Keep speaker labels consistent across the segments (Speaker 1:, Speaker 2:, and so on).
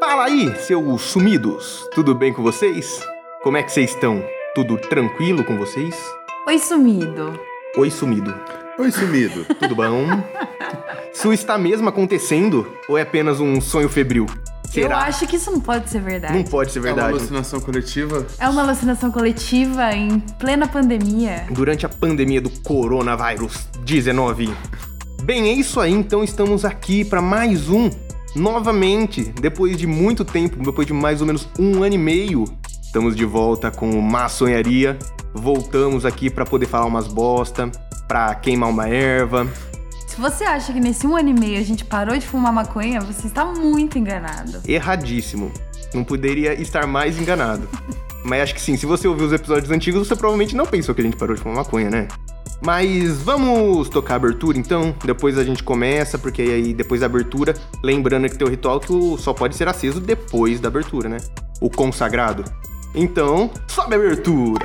Speaker 1: Fala aí, seus sumidos! Tudo bem com vocês? Como é que vocês estão? Tudo tranquilo com vocês?
Speaker 2: Oi, sumido.
Speaker 1: Oi, sumido.
Speaker 3: Oi, sumido.
Speaker 1: Tudo bom? isso está mesmo acontecendo ou é apenas um sonho febril?
Speaker 2: Eu
Speaker 1: Será?
Speaker 2: acho que isso não pode ser verdade.
Speaker 1: Não pode ser
Speaker 3: É uma
Speaker 1: verdade.
Speaker 3: alucinação coletiva?
Speaker 2: É uma alucinação coletiva em plena pandemia.
Speaker 1: durante a pandemia do coronavírus 19. Bem, é isso aí, então estamos aqui para mais um, novamente, depois de muito tempo, depois de mais ou menos um ano e meio, estamos de volta com o Maçonharia. Voltamos aqui para poder falar umas bosta, para queimar uma erva.
Speaker 2: Se você acha que nesse um ano e meio a gente parou de fumar maconha, você está muito enganado.
Speaker 1: Erradíssimo. Não poderia estar mais enganado. Mas acho que sim, se você ouviu os episódios antigos, você provavelmente não pensou que a gente parou de fumar maconha, né? Mas vamos tocar a abertura então, depois a gente começa, porque aí depois da abertura, lembrando que tem o ritual é que o só pode ser aceso depois da abertura, né? O consagrado. Então, sobe a abertura!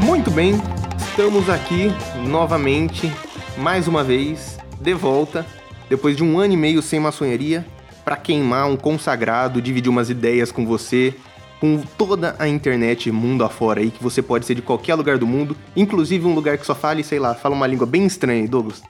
Speaker 1: Muito bem, estamos aqui novamente, mais uma vez, de volta, depois de um ano e meio sem maçonharia, para queimar um consagrado, dividir umas ideias com você, com toda a internet mundo afora aí, que você pode ser de qualquer lugar do mundo, inclusive um lugar que só fale, sei lá, fala uma língua bem estranha, Douglas.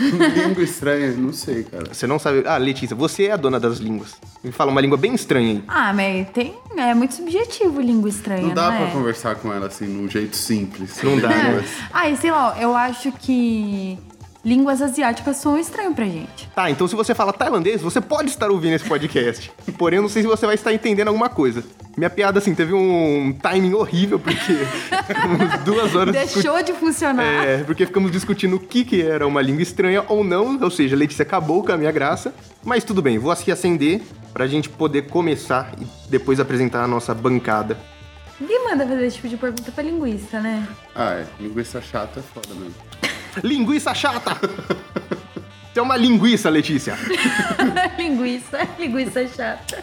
Speaker 3: Língua estranha, não sei, cara.
Speaker 1: Você não sabe. Ah, Letícia, você é a dona das línguas. Me fala uma língua bem estranha aí.
Speaker 2: Ah, mas tem. É muito subjetivo língua estranha,
Speaker 3: Não dá
Speaker 2: não
Speaker 3: pra
Speaker 2: é?
Speaker 3: conversar com ela assim, num jeito simples.
Speaker 1: Não dá, né?
Speaker 2: Ah, e sei lá, eu acho que línguas asiáticas são estranho pra gente.
Speaker 1: Tá, então se você fala tailandês, você pode estar ouvindo esse podcast. Porém, eu não sei se você vai estar entendendo alguma coisa. Minha piada, assim, teve um timing horrível, porque ficamos duas horas discutindo.
Speaker 2: Deixou de funcionar.
Speaker 1: É, porque ficamos discutindo o que, que era uma língua estranha ou não, ou seja, a Letícia acabou com a minha graça. Mas tudo bem, vou aqui acender pra gente poder começar e depois apresentar a nossa bancada.
Speaker 2: Ninguém manda fazer esse tipo de pergunta pra linguista, né?
Speaker 3: Ah, é. Linguiça chata é foda mesmo.
Speaker 1: Linguiça chata! Você é uma linguiça, Letícia!
Speaker 2: linguiça, linguiça chata.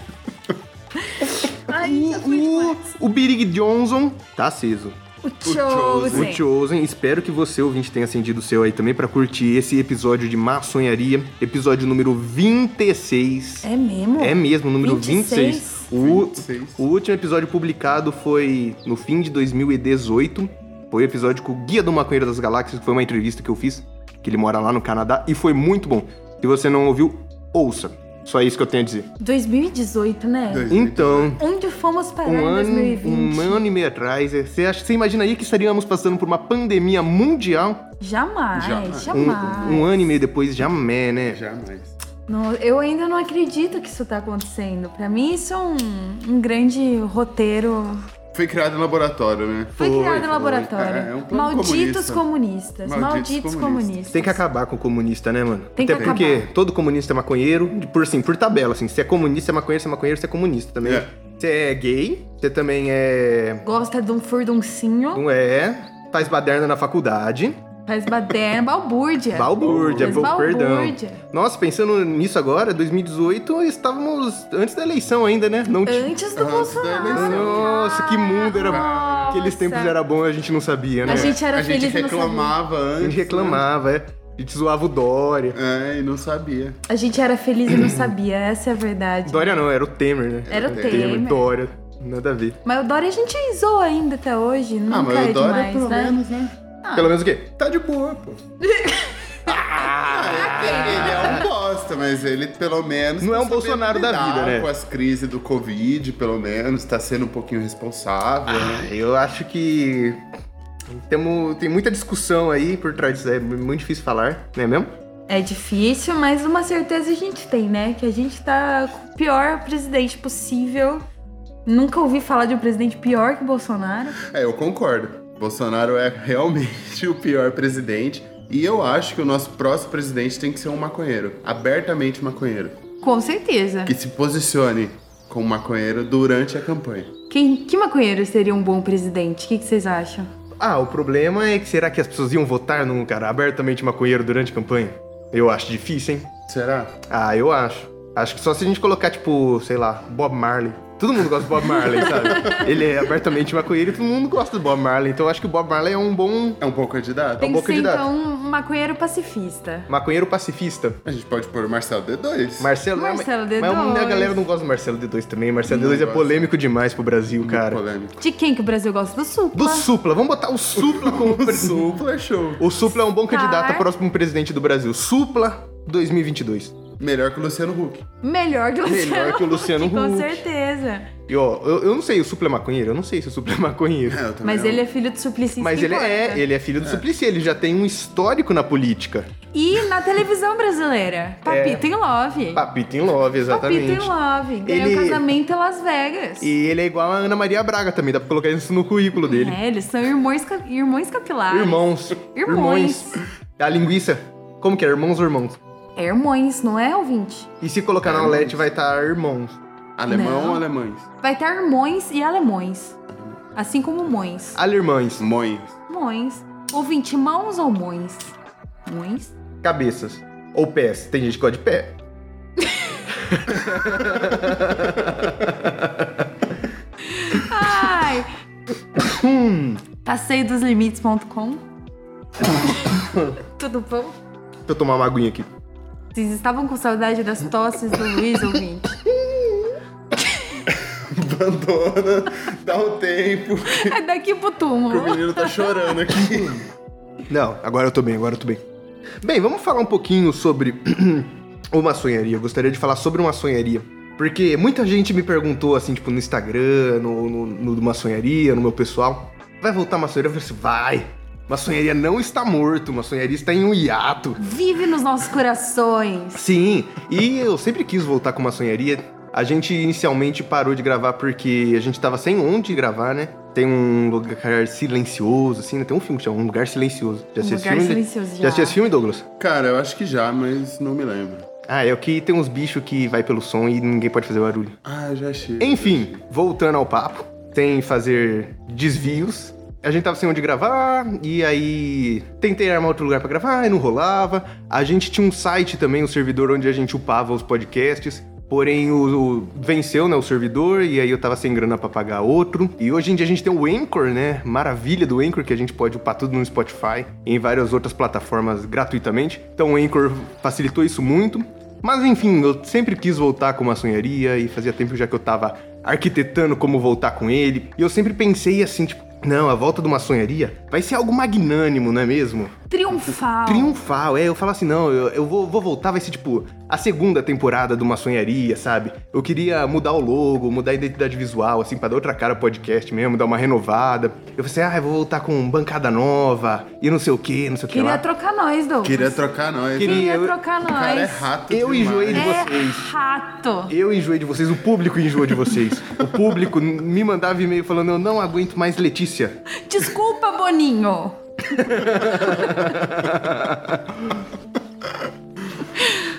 Speaker 2: Ai, é já foi
Speaker 1: O,
Speaker 2: demais.
Speaker 1: o, o Birig Johnson tá aceso.
Speaker 2: O Chosen.
Speaker 1: O Chosen, espero que você, ouvinte, tenha acendido o seu aí também pra curtir esse episódio de maçonharia, episódio número 26.
Speaker 2: É mesmo?
Speaker 1: É mesmo, número 26.
Speaker 2: 26?
Speaker 1: O,
Speaker 3: 26.
Speaker 1: o último episódio publicado foi no fim de 2018. Foi o episódio com o Guia do Maconheiro das Galáxias, que foi uma entrevista que eu fiz, que ele mora lá no Canadá, e foi muito bom. Se você não ouviu, ouça. Só isso que eu tenho a dizer.
Speaker 2: 2018, né?
Speaker 3: Dois-
Speaker 1: Então,
Speaker 2: Onde fomos parar
Speaker 1: um
Speaker 2: em
Speaker 1: ano,
Speaker 2: 2020?
Speaker 1: um ano e meio atrás, é, você acha- você imaginaria que estaríamos passando por uma pandemia mundial?
Speaker 2: Jamais,
Speaker 3: Jamais.
Speaker 2: jamais.
Speaker 1: Um, um ano e meio depois, jamais, né?
Speaker 3: Jamais.
Speaker 2: Não, eu ainda não acredito que isso tá acontecendo. Pra mim, isso é um, um grande roteiro.
Speaker 3: Foi criado em laboratório, né?
Speaker 2: Foi, criado em
Speaker 3: foi.
Speaker 2: laboratório.
Speaker 3: É, é um plano
Speaker 2: Malditos
Speaker 3: comunista.
Speaker 2: comunistas.
Speaker 3: Malditos
Speaker 2: Malditos,
Speaker 3: comunistas.
Speaker 2: comunistas.
Speaker 1: Tem que acabar com o comunista, né, mano?
Speaker 2: Tem que
Speaker 1: Até porque
Speaker 2: acabar.
Speaker 1: todo comunista é maconheiro, por assim, por tabela, assim. Se é comunista, se é maconheiro, se é maconheiro, se é comunista também.
Speaker 3: É.
Speaker 1: Você é gay, você também é.
Speaker 2: Gosta de um furduncinho,
Speaker 1: Não é. Faz baderna na faculdade.
Speaker 2: faz baderna, balbúrdia.
Speaker 1: Balbúrdia,
Speaker 2: Faz
Speaker 1: pô, perdão.
Speaker 2: É. balbúrdia.
Speaker 1: Nossa, pensando nisso agora, 2018, estávamos antes da eleição ainda, né? Não tinha.
Speaker 2: Antes do
Speaker 3: Antes da
Speaker 2: Bolsonaro.
Speaker 3: eleição.
Speaker 1: Nossa, que mundo era.
Speaker 2: Nossa.
Speaker 1: Aqueles tempos era bom, a gente não sabia, né?
Speaker 2: A gente era
Speaker 3: A
Speaker 2: feliz
Speaker 3: gente
Speaker 2: e não sabia.
Speaker 3: reclamava
Speaker 1: A gente
Speaker 3: antes.
Speaker 1: reclamava, é. A gente zoava o Dória.
Speaker 3: né? É, e não sabia.
Speaker 2: A gente era feliz e não sabia, essa é a verdade.
Speaker 1: Dória não, era o Temer, né?
Speaker 2: Era o Temer.
Speaker 1: Dória. Nada a ver.
Speaker 2: Mas o Dória a gente zoa ainda até hoje, nunca
Speaker 3: ah, mas
Speaker 2: é
Speaker 3: o Dória,
Speaker 2: demais,
Speaker 3: pelo
Speaker 2: né?
Speaker 3: menos, né?
Speaker 1: Pelo menos o quê? Tá de boa, pô.
Speaker 3: Ah, ele é um bosta, mas ele, pelo menos...
Speaker 1: Não é um
Speaker 3: tá sabendo
Speaker 1: Bolsonaro da
Speaker 3: lidar
Speaker 1: vida, né?
Speaker 3: Com as crises do Covid, pelo menos. Tá sendo um pouquinho responsável, né?
Speaker 1: é, Eu acho que temos, tem muita discussão aí por trás disso. É muito difícil falar, não é mesmo?
Speaker 2: É difícil, mas uma certeza a gente tem, né? Que a gente tá com o pior presidente possível. Nunca ouvi falar de um presidente pior que Bolsonaro.
Speaker 3: É, eu concordo. Bolsonaro é realmente o pior presidente. E eu acho que o nosso próximo presidente tem que ser um maconheiro. Abertamente maconheiro.
Speaker 2: Com certeza.
Speaker 3: Que se posicione como maconheiro durante a campanha.
Speaker 2: Quem, que maconheiro seria um bom presidente? O que, que vocês acham?
Speaker 1: Ah, o problema é que será que as pessoas iam votar num cara abertamente maconheiro durante a campanha? Eu acho difícil, hein?
Speaker 3: Será?
Speaker 1: Ah, eu acho. Acho que só se a gente colocar, tipo, sei lá, Bob Marley. Todo mundo gosta do Bob Marley, sabe? Ele é abertamente maconheiro e todo mundo gosta do Bob Marley. Então eu acho que o Bob Marley é um bom
Speaker 3: É um bom
Speaker 1: Tem-
Speaker 3: candidato?
Speaker 2: Tem
Speaker 1: bom
Speaker 2: que ser,
Speaker 1: candidato.
Speaker 2: então, um maconheiro pacifista.
Speaker 1: maconheiro pacifista.
Speaker 3: A gente pode pôr o Marcelo D2.
Speaker 1: Marcelo, é,
Speaker 2: Marcelo
Speaker 1: mas-
Speaker 2: D2.
Speaker 1: Mas a galera não gosta do Marcelo D2 também. Marcelo
Speaker 3: Não
Speaker 1: D2 é
Speaker 3: gosta.
Speaker 1: polêmico demais pro Brasil,
Speaker 3: Muito
Speaker 1: cara.
Speaker 3: polêmico.
Speaker 2: De quem que o Brasil gosta? Do Supla.
Speaker 1: Do Supla, vamos botar o Supla como
Speaker 3: O
Speaker 1: presidente.
Speaker 3: Supla é show.
Speaker 1: O Supla é um bom
Speaker 2: Star.
Speaker 1: candidato a próximo presidente do Brasil. Supla 2022.
Speaker 3: Melhor que o Luciano Huck.
Speaker 2: Melhor que o Luciano
Speaker 1: Melhor que o Luciano
Speaker 2: Huck, Com
Speaker 1: Huck.
Speaker 2: certeza.
Speaker 1: E ó, eu, eu não sei, o Supla é maconheiro? Eu não sei se o Supla é maconheiro.
Speaker 3: É, eu também
Speaker 2: Mas
Speaker 3: não.
Speaker 2: ele é filho do Suplicy.
Speaker 1: Mas
Speaker 2: isso
Speaker 1: ele é,
Speaker 2: importa.
Speaker 1: ele é filho do Suplicy, ele já tem um histórico na política.
Speaker 2: E na televisão brasileira. Papito em Love.
Speaker 1: Papito em Ah, Love, É. exatamente.
Speaker 2: Papito em Love. Ganhou
Speaker 1: Ele-
Speaker 2: casamento em Las Vegas.
Speaker 1: E ele é igual a Ana Maria Braga também, dá pra colocar isso no currículo dele.
Speaker 2: É, eles são irmãos, ca- irmãos capilares.
Speaker 1: Irmãos.
Speaker 2: Uhum. Irmãos.
Speaker 1: A linguiça, como que é? Irmãos ou irmãos?
Speaker 2: É irmãos, não é, ouvinte?
Speaker 1: E se colocar na
Speaker 3: Irmãos.
Speaker 1: Olete vai tá estar alemãos.
Speaker 3: Alemão
Speaker 2: Não.
Speaker 3: ou alemães?
Speaker 2: Vai ter irmãos e alemões. Assim como mões.
Speaker 1: Alermães.
Speaker 3: Mões.
Speaker 2: Mões. Ouvinte, mãos ou mões? Mões?
Speaker 1: Cabeças. Ou pés. Tem gente que gosta de pé.
Speaker 2: Ai! Passei dos limites.com. Tudo bom?
Speaker 1: Deixa eu tomar uma aguinha aqui.
Speaker 2: Vocês estavam com saudade das tosses do Luiz, ouvinte?
Speaker 3: Abandona. Dá um tempo.
Speaker 2: É daqui pro
Speaker 3: que o
Speaker 2: túmulo.
Speaker 3: menino tá chorando aqui.
Speaker 1: Não, agora eu tô bem, agora eu tô bem. Bem, vamos falar um pouquinho sobre o maçonharia. Eu gostaria de falar sobre uma maçonharia. Porque muita gente me perguntou, assim, tipo, no Instagram, no, no, no do maçonharia, no meu pessoal. Vai voltar a maçonharia? Eu falei assim, vai. Maçonharia não está morto, maçonharia está em um hiato.
Speaker 2: Vive nos nossos corações.
Speaker 1: Sim, e eu sempre quis voltar com maçonharia. A gente inicialmente parou de gravar porque a gente tava sem onde gravar, né? Tem um lugar silencioso, assim, né? Tem um filme que chama Um Lugar Silencioso. Já
Speaker 2: Um
Speaker 1: assistiu esse
Speaker 2: Lugar
Speaker 1: filme?
Speaker 2: Silencioso, já.
Speaker 1: Já assistiu esse filme, Douglas?
Speaker 3: Cara, eu acho que já, mas não me lembro.
Speaker 1: Ah, é o que tem uns bichos que vai pelo som e ninguém pode fazer barulho.
Speaker 3: Ah, já achei.
Speaker 1: Enfim, voltando ao papo, sem fazer desvios. A gente tava sem onde gravar, e aí tentei armar outro lugar pra gravar e não rolava. A gente tinha um site também, um servidor onde a gente upava os podcasts. Porém, o, o- venceu, né, o servidor, e aí eu tava sem grana pra pagar outro. E hoje em dia a gente tem o Anchor, né? Maravilha do Anchor, que a gente pode upar tudo no Spotify e em várias outras plataformas gratuitamente. Então o Anchor facilitou isso muito. Mas enfim, eu sempre quis voltar com maçonharia e fazia tempo já que eu tava arquitetando como voltar com ele. E eu sempre pensei assim, tipo, não, a volta do maçonharia vai ser algo magnânimo, não é mesmo?
Speaker 2: Triunfal.
Speaker 1: Triunfal, é. Eu falo assim, não, eu, eu vou, vou voltar, vai ser tipo a segunda temporada do Maçonharia, sabe? Eu queria mudar o logo, mudar a identidade visual, assim, pra dar outra cara ao podcast mesmo, dar uma renovada. Eu falei assim, ah, eu vou voltar com bancada nova e não sei o que, não sei o que
Speaker 2: Queria
Speaker 1: lá.
Speaker 2: trocar nós, Douglas.
Speaker 3: Queria trocar nós.
Speaker 1: Queria-
Speaker 2: Queria
Speaker 1: Eu-
Speaker 2: trocar
Speaker 3: O cara é
Speaker 2: nós.
Speaker 3: rato
Speaker 1: Eu
Speaker 3: demais.
Speaker 1: enjoei de
Speaker 2: É
Speaker 1: vocês.
Speaker 2: rato.
Speaker 1: Eu enjoei de vocês, o público enjoou de vocês. O público me mandava e-mail falando: eu não aguento mais Letícia.
Speaker 2: Desculpa, Boninho.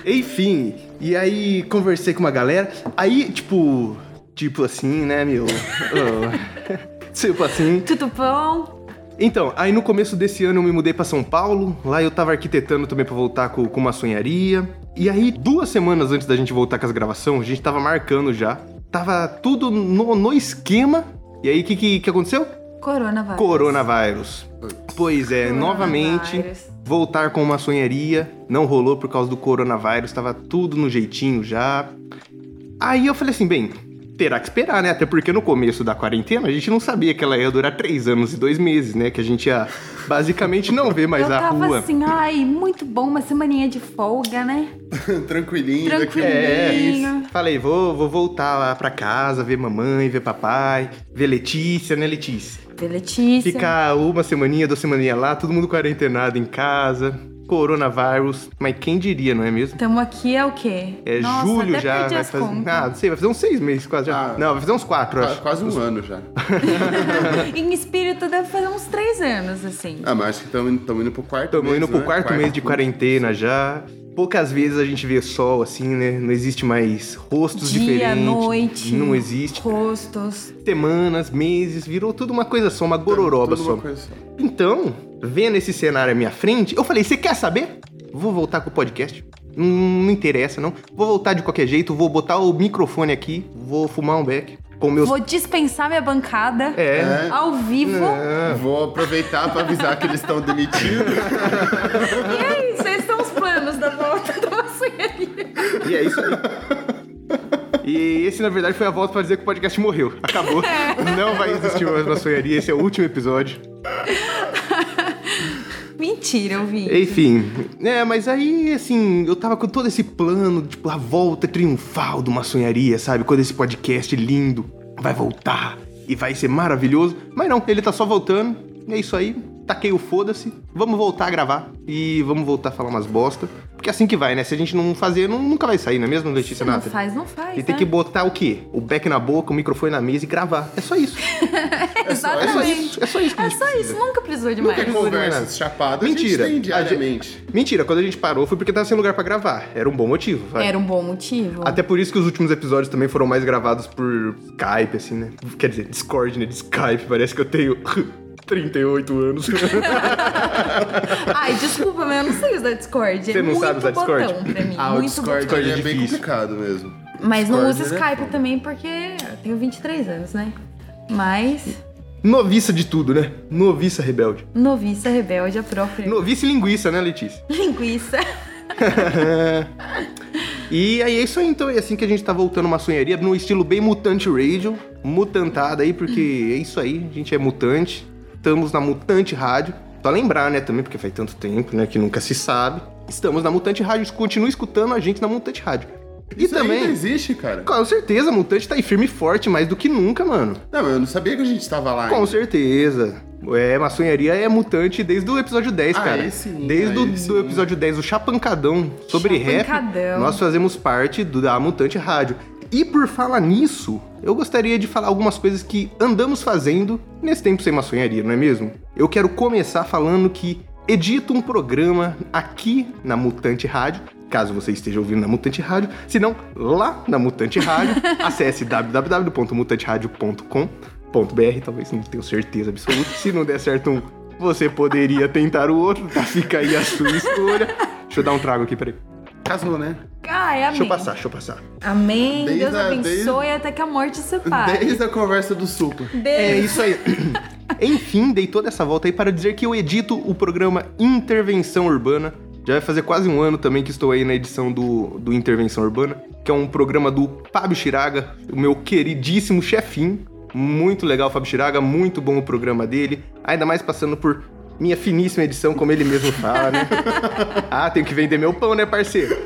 Speaker 1: Enfim, e aí conversei com uma galera. Aí, tipo, tipo assim, né, meu? Oh. tipo assim.
Speaker 2: Tudo bom?
Speaker 1: Então, aí no começo desse ano eu me mudei pra São Paulo. Lá eu tava arquitetando também pra voltar com, com uma sonharia. E aí, duas semanas antes da gente voltar com as gravações, a gente tava marcando já. Tava tudo no, no esquema. E aí, o que, que, que aconteceu?
Speaker 2: Coronavírus.
Speaker 1: Coronavírus. Pois é, novamente
Speaker 2: Coronavírus.
Speaker 1: voltar com uma sonharia. Não rolou por causa do coronavírus, tava tudo no jeitinho já. Aí eu falei assim, bem, terá que esperar, né? Até porque no começo da quarentena a gente não sabia que ela ia durar três anos e dois meses, né? Que a gente ia basicamente não ver mais
Speaker 2: Eu
Speaker 1: a
Speaker 2: tava
Speaker 1: rua.
Speaker 2: assim, ai, muito bom, uma semaninha de folga, né?
Speaker 3: É. Tranquilinho. daqui a um
Speaker 1: É,
Speaker 3: mês.
Speaker 2: Menina.
Speaker 1: falei, vou, vou voltar lá pra casa, ver mamãe, ver papai, ver Letícia, né, Letícia?
Speaker 2: Ver Letícia.
Speaker 1: Ficar uma semaninha, duas semaninhas lá, todo mundo quarentenado em casa. coronavírus. Mas quem diria, não é mesmo?
Speaker 2: Estamos aqui é o quê?
Speaker 1: É
Speaker 2: Nossa,
Speaker 1: julho
Speaker 2: até
Speaker 1: já,
Speaker 2: perdi
Speaker 1: vai
Speaker 2: as
Speaker 1: fazer.
Speaker 2: contas.
Speaker 1: Ah, não sei, vai fazer uns seis meses quase já.
Speaker 3: Ah.
Speaker 1: não, vai fazer uns quatro, eu
Speaker 3: Qua-
Speaker 1: acho.
Speaker 3: Quase um ano já.
Speaker 2: em espírito deve fazer uns três anos, assim.
Speaker 3: Ah, mas acho que estamos indo, indo pro quarto
Speaker 1: Estamos
Speaker 3: mês,
Speaker 1: indo pro
Speaker 3: né?
Speaker 1: quarto mês de quarentena já. Poucas vezes a gente vê sol assim, né? Não existe mais rostos
Speaker 2: Dia,
Speaker 1: diferentes.
Speaker 2: noite.
Speaker 1: Não existe.
Speaker 2: Rostos.
Speaker 1: Semanas, meses, virou tudo uma coisa só, uma gororoba
Speaker 3: Tudo
Speaker 1: só.
Speaker 3: uma coisa só.
Speaker 1: Então, vendo esse cenário à minha frente, eu falei: você quer saber? Vou voltar com o podcast. Hum, Não interessa, não. Vou voltar de qualquer jeito, vou botar o microfone aqui, vou fumar um beck com meus.
Speaker 2: Vou dispensar minha bancada
Speaker 1: É.
Speaker 2: ao vivo.
Speaker 3: Vou aproveitar pra avisar que eles estão demitidos.
Speaker 2: E aí, vocês são os planos da volta da maçonharia.
Speaker 1: E é isso aí. E esse, na verdade, foi a volta pra dizer que o podcast morreu. Acabou. Não vai existir mais maçonharia, esse é o último episódio.
Speaker 2: Mentira, eu vi.
Speaker 1: Enfim, é, mas aí, assim, eu tava com todo esse plano, tipo, a volta triunfal do maçonharia, sabe? Quando esse podcast lindo vai voltar e vai ser maravilhoso. Mas não, ele tá só voltando. É isso aí. Taquei o foda-se. Vamos voltar a gravar e vamos voltar a falar umas bosta. Porque é assim que vai, né? Se a gente não fazer, não- nunca vai sair, não é mesmo,
Speaker 2: Se
Speaker 1: Letícia
Speaker 2: não
Speaker 1: Nata?
Speaker 2: faz, não faz.
Speaker 1: E tem
Speaker 2: né?
Speaker 1: que botar o quê? O beck na boca, o microfone na mesa e gravar. É só isso. É só
Speaker 2: Exatamente.
Speaker 1: isso. É só isso. que a
Speaker 2: É
Speaker 1: gente
Speaker 2: só
Speaker 1: precisa.
Speaker 2: isso, nunca precisou de
Speaker 3: Nunca
Speaker 2: mais.
Speaker 3: conversas chapadas.
Speaker 1: Mentira.
Speaker 3: A gente tem
Speaker 1: A gente-
Speaker 3: diariamente.
Speaker 1: Mentira, quando a gente parou foi porque tava sem lugar pra gravar. Era um bom motivo, vai. Ah,
Speaker 2: Era um bom motivo.
Speaker 1: Até por isso que os últimos episódios também foram mais gravados por Skype, assim, né? Quer dizer, Discord, né? De Skype. Parece que eu tenho 38 anos.
Speaker 2: Ai, desculpa, mas eu não sei usar Discord.
Speaker 1: tá. Você
Speaker 2: é
Speaker 1: não
Speaker 2: muito
Speaker 1: sabe usar
Speaker 2: botão
Speaker 1: Discord?
Speaker 2: pra mim.
Speaker 3: Ah, o
Speaker 2: muito
Speaker 3: Discord,
Speaker 2: botão.
Speaker 3: ele
Speaker 1: Discord é
Speaker 3: é bem
Speaker 1: difícil.
Speaker 3: complicado mesmo.
Speaker 2: Mas não
Speaker 3: Discord,
Speaker 2: usa
Speaker 1: é
Speaker 3: né?
Speaker 2: Skype também, porque eu tenho 23 anos, né? Mas
Speaker 1: Noviça de tudo, né? Noviça rebelde.
Speaker 2: noviça rebelde a própria
Speaker 1: Noviça e linguiça, né, Letícia?
Speaker 2: linguiça.
Speaker 1: E aí é isso aí, então. É assim que a gente tá voltando uma sonharia num estilo bem mutante radio. Mutantada aí, porque
Speaker 3: Uhum.
Speaker 1: é isso aí. A gente é mutante. Estamos na Mutante Rádio. Só lembrar, né, também, porque faz tanto tempo, né, que nunca se sabe. Estamos na Mutante Rádio. Continua escutando a gente na Mutante Rádio. E
Speaker 3: Isso é
Speaker 1: também...
Speaker 3: ainda existe, cara.
Speaker 1: Com certeza, a Mutante tá aí firme e forte, mais do que nunca, mano.
Speaker 3: Não, mas eu não sabia que a gente tava lá.
Speaker 1: Com
Speaker 3: ainda.
Speaker 1: certeza. É, maçonharia é mutante desde o episódio 10,
Speaker 3: Aí
Speaker 1: cara.
Speaker 3: Ah, sim,
Speaker 1: desde
Speaker 3: aí
Speaker 1: o
Speaker 3: sim.
Speaker 1: do episódio 10, o Chapancadão sobre rap,
Speaker 2: Chapancadão.
Speaker 1: nós fazemos parte do- da Mutante Rádio. E por falar nisso, eu gostaria de falar algumas coisas que andamos fazendo nesse tempo sem maçonharia, não é mesmo? Eu quero começar falando que edito um programa aqui na Mutante Rádio. Caso você esteja ouvindo na Mutante Rádio, se não, lá na Mutante Rádio, acesse www.mutanteradio.com.br, talvez não tenho certeza absoluta. Se não der certo um, você poderia tentar o outro, tá? Fica aí a sua escolha. Deixa eu dar um trago aqui, peraí.
Speaker 3: Casou, né?
Speaker 2: Ai, amém.
Speaker 1: Deixa eu passar, deixa eu passar.
Speaker 2: Amém.
Speaker 3: Desde
Speaker 2: Deus
Speaker 3: a-
Speaker 2: abençoe até que a morte separe.
Speaker 3: Desde a conversa do suco.
Speaker 1: É
Speaker 2: Beijo.
Speaker 1: isso aí. Enfim, dei toda essa volta aí para dizer que eu edito o programa Intervenção Urbana. Já vai fazer quase um ano também que estou aí na edição do, do Intervenção Urbana, que é um programa do Fábio Chiraga, o meu queridíssimo chefinho. Muito legal, Fábio Chiraga, muito bom o programa dele. Ainda mais passando por minha finíssima edição, como ele mesmo fala, né? ah, tenho que vender meu pão, né, parceiro?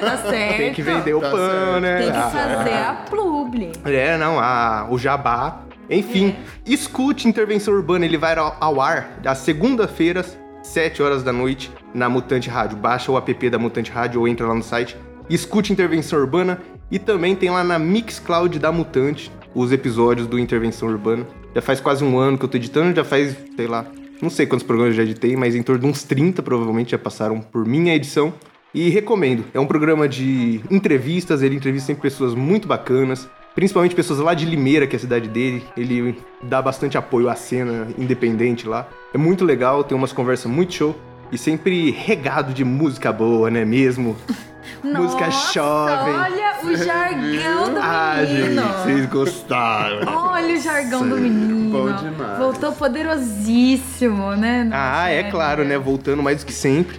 Speaker 2: tá certo.
Speaker 1: Tem que vender o
Speaker 3: Tá
Speaker 1: pão,
Speaker 3: certo.
Speaker 1: né?
Speaker 2: Tem que
Speaker 1: Ah,
Speaker 2: fazer a publi.
Speaker 1: é, não, a, o Jabá. Enfim, escute Intervenção Urbana, ele vai ao, ao ar às segundas-feiras, 7 horas da noite, na Mutante Rádio. Baixa o app da Mutante Rádio ou entra lá no site. Escute Intervenção Urbana e também tem lá na Mixcloud da Mutante os episódios do Intervenção Urbana. Já faz quase um ano que eu tô editando, já faz, sei lá, não sei quantos programas eu já editei, mas em torno de uns 30 provavelmente já passaram por minha edição. E recomendo. É um programa de entrevistas, ele entrevista sempre pessoas muito bacanas, principalmente pessoas lá de Limeira, que é a cidade dele. Ele dá bastante apoio à cena independente lá. É muito legal, tem umas conversas muito show e sempre regado de música boa, né mesmo? Música
Speaker 2: Nossa,
Speaker 1: jovem.
Speaker 2: Olha o jargão do
Speaker 1: Ah, gente,
Speaker 2: menino.
Speaker 1: vocês gostaram.
Speaker 2: Olha o jargão do menino.
Speaker 3: Bom demais.
Speaker 2: Voltou poderosíssimo, né?
Speaker 1: Ah, é claro, né? Voltando mais do que sempre.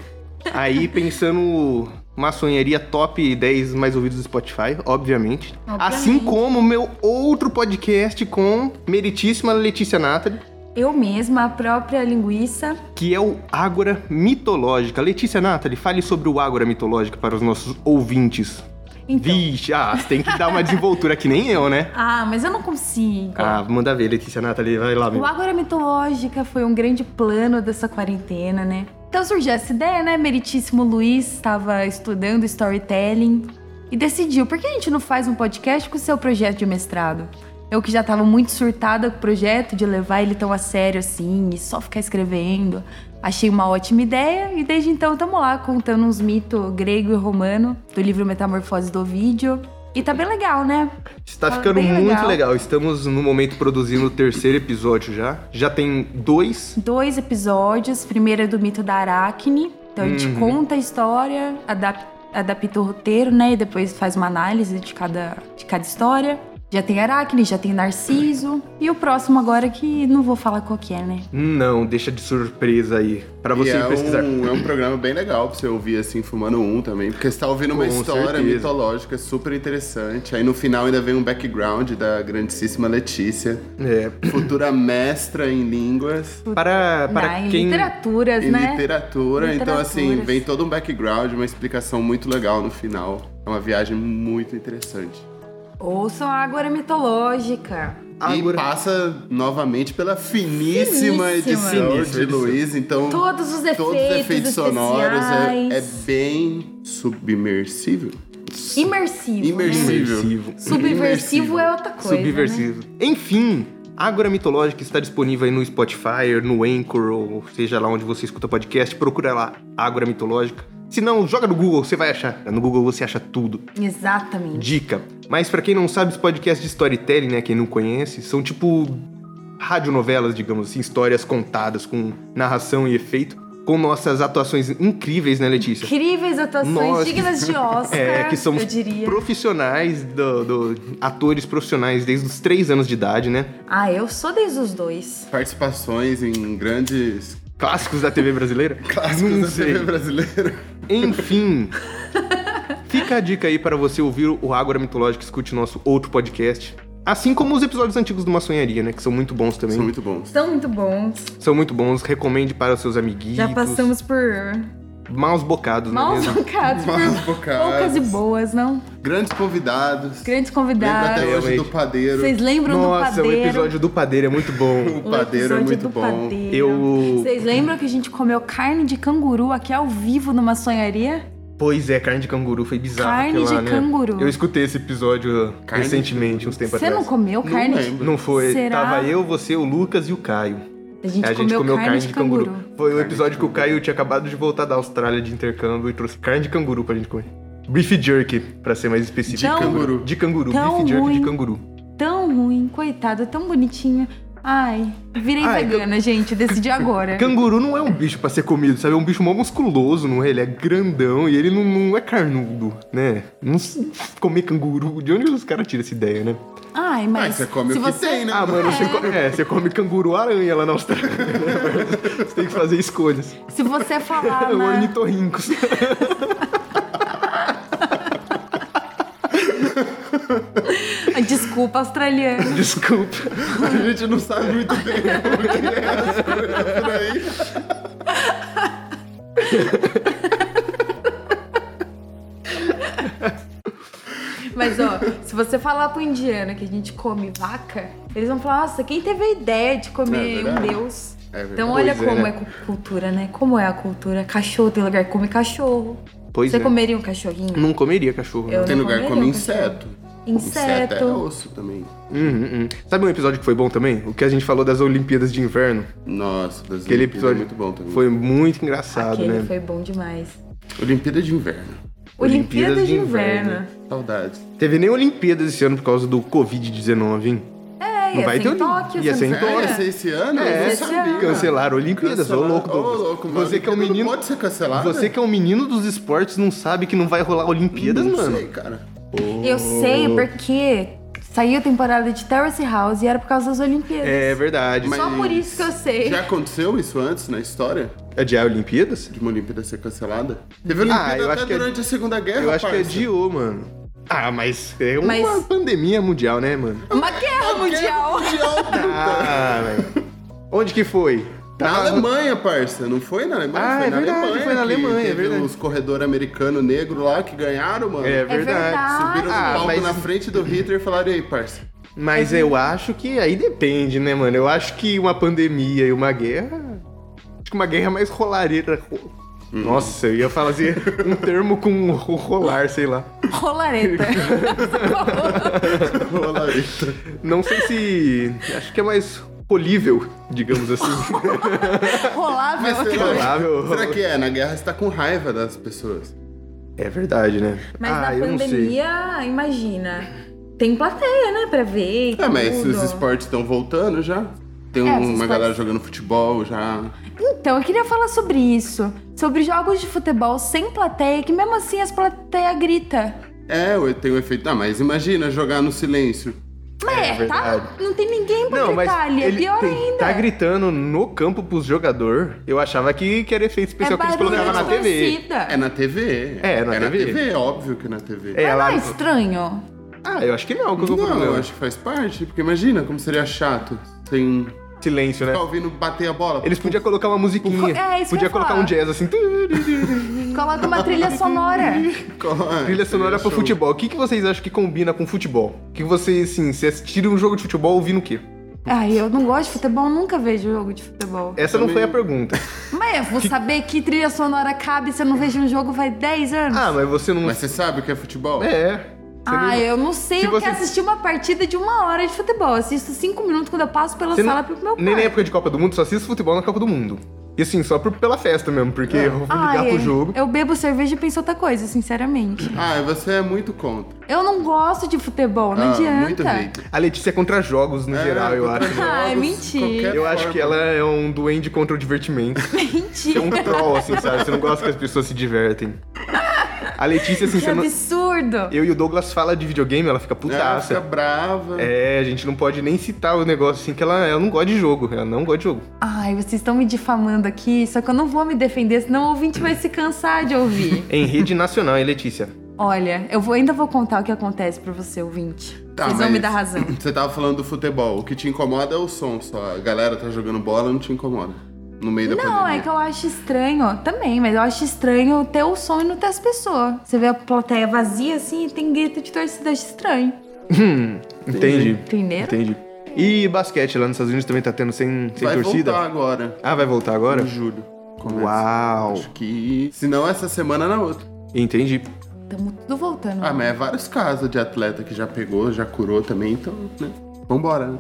Speaker 1: Aí pensando maçonharia top 10 mais ouvidos do Spotify, obviamente.
Speaker 2: Obviamente.
Speaker 1: Assim como o meu outro podcast com meritíssima Letícia Natali,
Speaker 2: Eu mesma, a própria linguiça.
Speaker 1: que é o Ágora Mitológica. Letícia Natali, fale sobre o Ágora Mitológica para os nossos ouvintes.
Speaker 2: Então.
Speaker 1: Vixe, ah, você tem que dar uma desenvoltura que nem eu, né?
Speaker 2: Ah, mas eu não consigo.
Speaker 1: Ah, manda ver, Letícia Natali, vai lá. meu.
Speaker 2: O Ágora Mitológica foi um grande plano dessa quarentena, né? Então surgiu essa ideia, né? Meritíssimo Luiz estava estudando storytelling e decidiu, por que a gente não faz um podcast com o seu projeto de mestrado? Eu que já estava muito surtada com o projeto, de levar ele tão a sério assim, e só ficar escrevendo. Achei uma ótima ideia e desde então estamos lá contando uns mitos grego e romano do livro Metamorfose do Vídeo. E tá bem legal, né?
Speaker 1: Está
Speaker 2: Tá
Speaker 1: ficando
Speaker 2: bem
Speaker 1: muito legal.
Speaker 2: legal.
Speaker 1: Estamos no momento produzindo o terceiro episódio já. Já tem dois.
Speaker 2: Dois episódios. Primeiro é do mito da Aracne. Então a gente
Speaker 1: Uhum.
Speaker 2: conta a história, adap- adapta o roteiro, né? E depois faz uma análise de cada, de cada história. Já tem Aracne, já tem Narciso. E o próximo agora que não vou falar qual que é, né?
Speaker 1: Não, deixa de surpresa aí. Pra você
Speaker 3: E é
Speaker 1: pesquisar.
Speaker 3: Um, é um programa bem legal pra você ouvir, assim, fumando um também. Porque você tá ouvindo uma
Speaker 1: Com
Speaker 3: história
Speaker 1: certeza.
Speaker 3: mitológica super interessante. Aí no final ainda vem um background da grandíssima Letícia,
Speaker 1: É.
Speaker 3: futura mestra em línguas
Speaker 1: Para, para
Speaker 2: Na- em
Speaker 1: quem.
Speaker 2: literaturas,
Speaker 3: e
Speaker 2: né?
Speaker 3: literatura. Então, assim,
Speaker 2: Literaturas.
Speaker 3: vem todo um background, uma explicação muito legal no final. É uma viagem muito interessante.
Speaker 2: Ouçam a Ágora Mitológica.
Speaker 1: Agora-
Speaker 3: E passa novamente pela finíssima,
Speaker 2: Finíssima.
Speaker 3: edição
Speaker 1: Finíssima
Speaker 3: de
Speaker 1: edição.
Speaker 3: Luiz. Então,
Speaker 2: Todos os efeitos,
Speaker 3: todos os efeitos sonoros é- é,
Speaker 2: especiais.
Speaker 3: bem submersível.
Speaker 2: Imersivo. Né?
Speaker 3: Imersível.
Speaker 1: Imersivo.
Speaker 2: Subversivo
Speaker 3: Imersivo.
Speaker 2: é outra coisa. Né?
Speaker 1: Subversivo. Enfim, Ágora Mitológica está disponível aí no Spotify, no Anchor, ou seja lá onde você escuta podcast. Procura lá, Ágora Mitológica. Se não, joga no Google, você vai achar. No Google você acha tudo.
Speaker 2: Exatamente.
Speaker 1: Dica. Mas pra quem não sabe, os podcasts de storytelling, né, quem não conhece, são tipo radionovelas, digamos assim, histórias contadas com narração e efeito, com nossas atuações incríveis, né, Letícia?
Speaker 2: Incríveis atuações
Speaker 1: Nós-
Speaker 2: dignas de Oscar,
Speaker 1: É, que somos
Speaker 2: eu diria.
Speaker 1: profissionais, do, do- atores profissionais desde os três anos de idade, né?
Speaker 2: Ah, eu sou desde os dois.
Speaker 3: Participações em grandes
Speaker 1: Clássicos da TV brasileira?
Speaker 3: clássicos
Speaker 1: não
Speaker 3: da
Speaker 1: sei.
Speaker 3: TV brasileira.
Speaker 1: Enfim. Fica a dica aí para você ouvir o Ágora Mitológica, escute nosso outro podcast. Assim como os episódios antigos do Maçonharia, né? Que são muito bons também.
Speaker 3: São muito bons.
Speaker 2: São muito bons.
Speaker 1: São muito bons, recomende para os seus amiguinhos.
Speaker 2: Já passamos por
Speaker 1: Maus bocados, não é
Speaker 2: maus
Speaker 1: mesmo?
Speaker 2: bocados, por
Speaker 3: Maus bocados.
Speaker 2: poucas e boas, não?
Speaker 3: Grandes convidados.
Speaker 2: Grandes
Speaker 3: Lembro
Speaker 2: convidados.
Speaker 3: até hoje
Speaker 1: Realmente.
Speaker 3: do padeiro.
Speaker 2: Vocês lembram
Speaker 1: Nossa,
Speaker 2: do
Speaker 1: o
Speaker 2: padeiro?
Speaker 1: episódio do padeiro é muito bom.
Speaker 3: O padeiro é
Speaker 2: episódio
Speaker 3: muito
Speaker 2: do
Speaker 3: bom.
Speaker 2: padeiro.
Speaker 1: Eu.
Speaker 2: Vocês lembram que a gente comeu carne de canguru aqui ao vivo numa sonharia?
Speaker 1: Pois é, carne de canguru foi bizarro.
Speaker 2: Carne
Speaker 1: aquilo lá,
Speaker 2: de
Speaker 1: né?
Speaker 2: canguru.
Speaker 1: Eu escutei esse episódio
Speaker 3: Carne de
Speaker 1: recentemente, uns tempos
Speaker 2: Você não
Speaker 1: atrás.
Speaker 2: comeu
Speaker 3: Não
Speaker 2: carne? de-
Speaker 3: lembro.
Speaker 1: Não foi.
Speaker 2: Será?
Speaker 1: Tava eu, você, o Lucas e o Caio. É,
Speaker 2: A gente, comeu, carne, de canguru.
Speaker 1: Foi o
Speaker 3: Carne de
Speaker 1: episódio que o Caio tinha acabado de voltar da Austrália de intercâmbio e trouxe carne de canguru pra gente comer. Beef jerky, pra ser mais específico.
Speaker 2: Tão-
Speaker 3: De canguru.
Speaker 1: De canguru.
Speaker 2: tão
Speaker 1: Beef jerky de
Speaker 2: ruim.
Speaker 1: canguru.
Speaker 2: Tão ruim, coitado, tão bonitinho. Ai, virei
Speaker 1: Ai,
Speaker 2: vegana, gente, decidi agora.
Speaker 1: Canguru não é um bicho pra ser comido, sabe? É um bicho mó musculoso, não é? Ele é grandão e ele não, não é carnudo, né? Não s- comer canguru, de onde os caras tiram essa ideia, né?
Speaker 2: Ai,
Speaker 3: Ah,
Speaker 2: mas
Speaker 3: você come
Speaker 2: se
Speaker 3: o que
Speaker 2: você
Speaker 3: tem, né?
Speaker 1: Ah, mano, você come, é, você come canguru aranha lá na Austrália. você tem que fazer escolhas.
Speaker 2: Se você falar
Speaker 1: O
Speaker 2: na...
Speaker 1: ornitorrincos.
Speaker 2: Ah, Desculpa, australiano.
Speaker 1: Desculpa.
Speaker 3: A gente não sabe muito bem o que é as coisas por aí.
Speaker 2: Mas, ó, se você falar pro indiano que a gente come vaca, eles vão falar, nossa, quem teve a ideia de
Speaker 3: É
Speaker 2: comer um
Speaker 3: verdade.
Speaker 2: deus?
Speaker 3: É verdade.
Speaker 2: então olha
Speaker 1: Pois é,
Speaker 2: como
Speaker 1: né?
Speaker 2: é, cu- cultura, né? Como é a cultura. Cachorro tem lugar que come cachorro.
Speaker 1: Pois
Speaker 2: você
Speaker 1: é.
Speaker 2: comeria um cachorrinho?
Speaker 1: Não comeria cachorro. né?
Speaker 2: Eu
Speaker 3: Tem
Speaker 2: não
Speaker 3: lugar que come
Speaker 2: comeria um cachorro.
Speaker 3: inseto.
Speaker 2: Inseto.
Speaker 3: é osso também.
Speaker 1: Hum, hum, hum. Sabe um episódio que foi bom também? O que a gente falou das Olimpíadas de Inverno.
Speaker 3: Nossa, das
Speaker 1: Aquele
Speaker 3: Olimpíadas é
Speaker 1: episódio
Speaker 3: muito bom também.
Speaker 1: foi muito engraçado,
Speaker 2: Aquele
Speaker 1: né?
Speaker 2: foi bom demais.
Speaker 3: Olimpíada de Inverno.
Speaker 2: Olimpíadas, de inverno.
Speaker 3: Saudades.
Speaker 1: Teve nem Olimpíadas esse ano por causa do Covid-19, hein?
Speaker 2: É,
Speaker 1: Não
Speaker 2: ia
Speaker 1: vai ter
Speaker 2: ser em
Speaker 1: Olim-
Speaker 2: Tóquio,
Speaker 1: ia
Speaker 2: se
Speaker 1: ser em
Speaker 2: não me
Speaker 1: Tóquio.
Speaker 2: engano.
Speaker 3: Olha, você esse ano?
Speaker 1: É,
Speaker 3: eu
Speaker 2: esse
Speaker 3: não
Speaker 2: ano.
Speaker 3: sabia.
Speaker 1: Cancelaram Olimpíadas, ô louco.
Speaker 3: Ô,
Speaker 1: Douglas.
Speaker 3: louco, mano.
Speaker 1: Você que é um
Speaker 3: Olimpíada
Speaker 1: menino.
Speaker 3: Não pode ser cancelado.
Speaker 1: Você que é um menino dos esportes não sabe que não vai rolar Olimpíadas,
Speaker 3: Não
Speaker 1: mano.
Speaker 3: sei, cara.
Speaker 2: É. Eu sei porque saiu a temporada de Terrace House e era por causa das Olimpíadas.
Speaker 1: É verdade.
Speaker 3: Mas-
Speaker 2: Só por isso que eu sei.
Speaker 3: Já aconteceu isso antes na história?
Speaker 1: É de Olimpíadas?
Speaker 3: De uma Olimpíada ser cancelada? Teve Olimpíada
Speaker 1: Ah, eu acho
Speaker 3: até
Speaker 1: que é-
Speaker 3: durante a Segunda Guerra,
Speaker 1: Eu acho que é
Speaker 3: parça.
Speaker 1: adiou, mano. Ah, mas é uma
Speaker 2: Mas-
Speaker 1: pandemia mundial, né, mano?
Speaker 2: Uma guerra mundial.
Speaker 3: é Mundial, puta.
Speaker 1: Ah, velho. Onde que foi? Tá
Speaker 3: Na
Speaker 1: Tava-
Speaker 3: Alemanha, parça. Não foi na Alemanha?
Speaker 1: Ah,
Speaker 3: foi
Speaker 1: é
Speaker 3: na
Speaker 1: verdade,
Speaker 3: Alemanha.
Speaker 1: foi na
Speaker 3: que
Speaker 1: Alemanha, é
Speaker 3: teve
Speaker 1: verdade.
Speaker 3: Os corredores americanos negros lá que ganharam, mano.
Speaker 1: É verdade.
Speaker 2: verdade.
Speaker 3: Subiram no
Speaker 1: Ah,
Speaker 3: palco
Speaker 1: mas-
Speaker 3: na frente do Hitler e falaram, ei, parça.
Speaker 1: Mas
Speaker 2: É
Speaker 1: eu acho que aí depende, né, mano? Eu acho que uma pandemia e uma guerra. Acho que que uma guerra mais rolareira. ro-
Speaker 3: Hum.
Speaker 1: Nossa, eu ia falar assim, um termo com ro- rolar, sei lá.
Speaker 2: Rolareta.
Speaker 3: Rolareta.
Speaker 1: Não sei se. Acho que é mais rolível, digamos assim.
Speaker 3: Mas
Speaker 2: Rolável.
Speaker 3: será,
Speaker 1: Rolável.
Speaker 3: será que é? Na guerra você tá com raiva das pessoas.
Speaker 1: É verdade, né?
Speaker 2: Mas
Speaker 1: ah,
Speaker 2: na
Speaker 1: eu não sei.
Speaker 2: pandemia, imagina. Tem plateia, né? Pra ver. e
Speaker 3: Ah, mas
Speaker 2: tudo.
Speaker 3: os esportes estão voltando já. Tem
Speaker 2: É,
Speaker 3: um-
Speaker 2: os
Speaker 3: uma
Speaker 2: esportes-
Speaker 3: galera jogando futebol já.
Speaker 2: Então, eu queria falar sobre isso. Sobre jogos de futebol sem plateia, que mesmo assim as plateia grita.
Speaker 3: É, ué, tem o efeito. Ah, mas imagina jogar no silêncio.
Speaker 2: Mas
Speaker 1: É
Speaker 2: é, tá?
Speaker 1: verdade.
Speaker 2: Não tem ninguém pra
Speaker 1: Não, mas
Speaker 2: gritar ali. É
Speaker 1: ele
Speaker 2: pior
Speaker 1: tem-
Speaker 2: ainda.
Speaker 1: tá gritando no campo pros jogador. Eu achava que, que era efeito
Speaker 2: é
Speaker 1: especial que eles
Speaker 2: barulho
Speaker 1: colocavam
Speaker 2: de
Speaker 1: na TV.
Speaker 2: torcida.
Speaker 3: É na TV.
Speaker 1: É, na
Speaker 3: é
Speaker 1: TV.
Speaker 3: óbvio que é na TV.
Speaker 1: É,
Speaker 2: Mas
Speaker 1: lá-
Speaker 2: não é estranho?
Speaker 1: Ah, eu acho que não, que eu sou
Speaker 3: Não, é. eu
Speaker 1: problema.
Speaker 3: acho que faz parte, porque imagina como seria chato. Tem.
Speaker 1: Silêncio, né?
Speaker 3: Tá ouvindo bater a bola.
Speaker 1: Eles podiam colocar uma musiquinha.
Speaker 2: É, isso que eu
Speaker 1: podia
Speaker 2: ia
Speaker 1: colocar
Speaker 2: falar.
Speaker 1: um jazz assim.
Speaker 2: Coloca uma trilha sonora.
Speaker 3: Corre.
Speaker 1: Trilha sonora pro
Speaker 3: Show.
Speaker 1: futebol. O que, que vocês acham que combina com futebol? O que vocês, assim, se assistirem um jogo de futebol, ouvindo o quê?
Speaker 2: Ai, eu não gosto de futebol, nunca vejo jogo de futebol.
Speaker 1: Essa não
Speaker 3: Também-
Speaker 1: foi a pergunta.
Speaker 2: Mas eu vou saber que trilha sonora cabe se eu não vejo um jogo faz 10 anos.
Speaker 1: Ah, mas você não.
Speaker 3: Mas você sabe o que é futebol?
Speaker 1: É. Você
Speaker 2: Ah,
Speaker 1: não-
Speaker 2: eu não sei
Speaker 1: Se
Speaker 2: eu
Speaker 1: você-
Speaker 2: quero assistir uma partida de uma hora de futebol. Eu assisto cinco minutos quando eu passo pela
Speaker 1: você
Speaker 2: sala
Speaker 1: não-
Speaker 2: pro meu pai.
Speaker 1: Nem é na época de Copa do Mundo, só assiste futebol na Copa do Mundo. E assim, só por- pela festa mesmo, porque eu vou ligar
Speaker 2: Ah, Ai, é.
Speaker 1: pro jogo.
Speaker 2: Eu bebo cerveja e penso outra coisa, sinceramente.
Speaker 3: Ah, você é muito contra.
Speaker 2: Eu não gosto de futebol, não
Speaker 3: ah,
Speaker 2: adianta.
Speaker 3: Muito hater.
Speaker 1: A Letícia é contra jogos no
Speaker 3: É,
Speaker 1: geral, eu
Speaker 3: contra
Speaker 1: acho. Ah, é
Speaker 3: jogos,
Speaker 2: Ai, mentira.
Speaker 3: qualquer
Speaker 1: Eu acho
Speaker 3: forma.
Speaker 1: que ela é um duende contra o divertimento. Você é um
Speaker 2: Mentira.
Speaker 1: troll, assim, sabe? Você não gosta que as pessoas se divertem. A Letícia, assim,
Speaker 2: Que
Speaker 1: você não...
Speaker 2: absurdo.
Speaker 1: eu e o Douglas fala de videogame, ela fica
Speaker 3: Ela
Speaker 1: é putaça.
Speaker 3: É, fica brava.
Speaker 1: É, a gente não pode nem citar o negócio assim, que ela, ela não gosta de jogo. Ela não gosta de jogo.
Speaker 2: Ai, vocês estão me difamando aqui, só que eu não vou me defender, senão o ouvinte vai se cansar de ouvir.
Speaker 1: Em rede nacional, hein, Letícia?
Speaker 2: Olha, eu vou- ainda vou contar o que acontece pra você, ouvinte.
Speaker 3: Tá,
Speaker 2: vocês vão
Speaker 3: mas
Speaker 2: me dar razão.
Speaker 3: Você tava falando do futebol. O que te incomoda é o som só. A galera tá jogando bola, não te incomoda. No meio da
Speaker 2: Não,
Speaker 3: pandemia.
Speaker 2: é que eu acho estranho também, mas eu acho estranho ter o som e não ter as pessoas. Você vê a plateia vazia assim e tem grito de torcida, acho estranho.
Speaker 1: Hum, entendi.
Speaker 2: Entenderam?
Speaker 1: Entendi. E basquete lá nos Estados Unidos também tá tendo sem, sem
Speaker 3: Vai
Speaker 1: torcida?
Speaker 3: voltar agora.
Speaker 1: Ah, vai voltar agora?
Speaker 3: Em julho. Começa.
Speaker 1: Uau!
Speaker 3: Acho que... Se não essa semana, na outra.
Speaker 1: Entendi.
Speaker 2: Tamo tudo voltando.
Speaker 3: Ah, mas é vários casos de atleta que já pegou, já curou também, então, né? Vambora, né?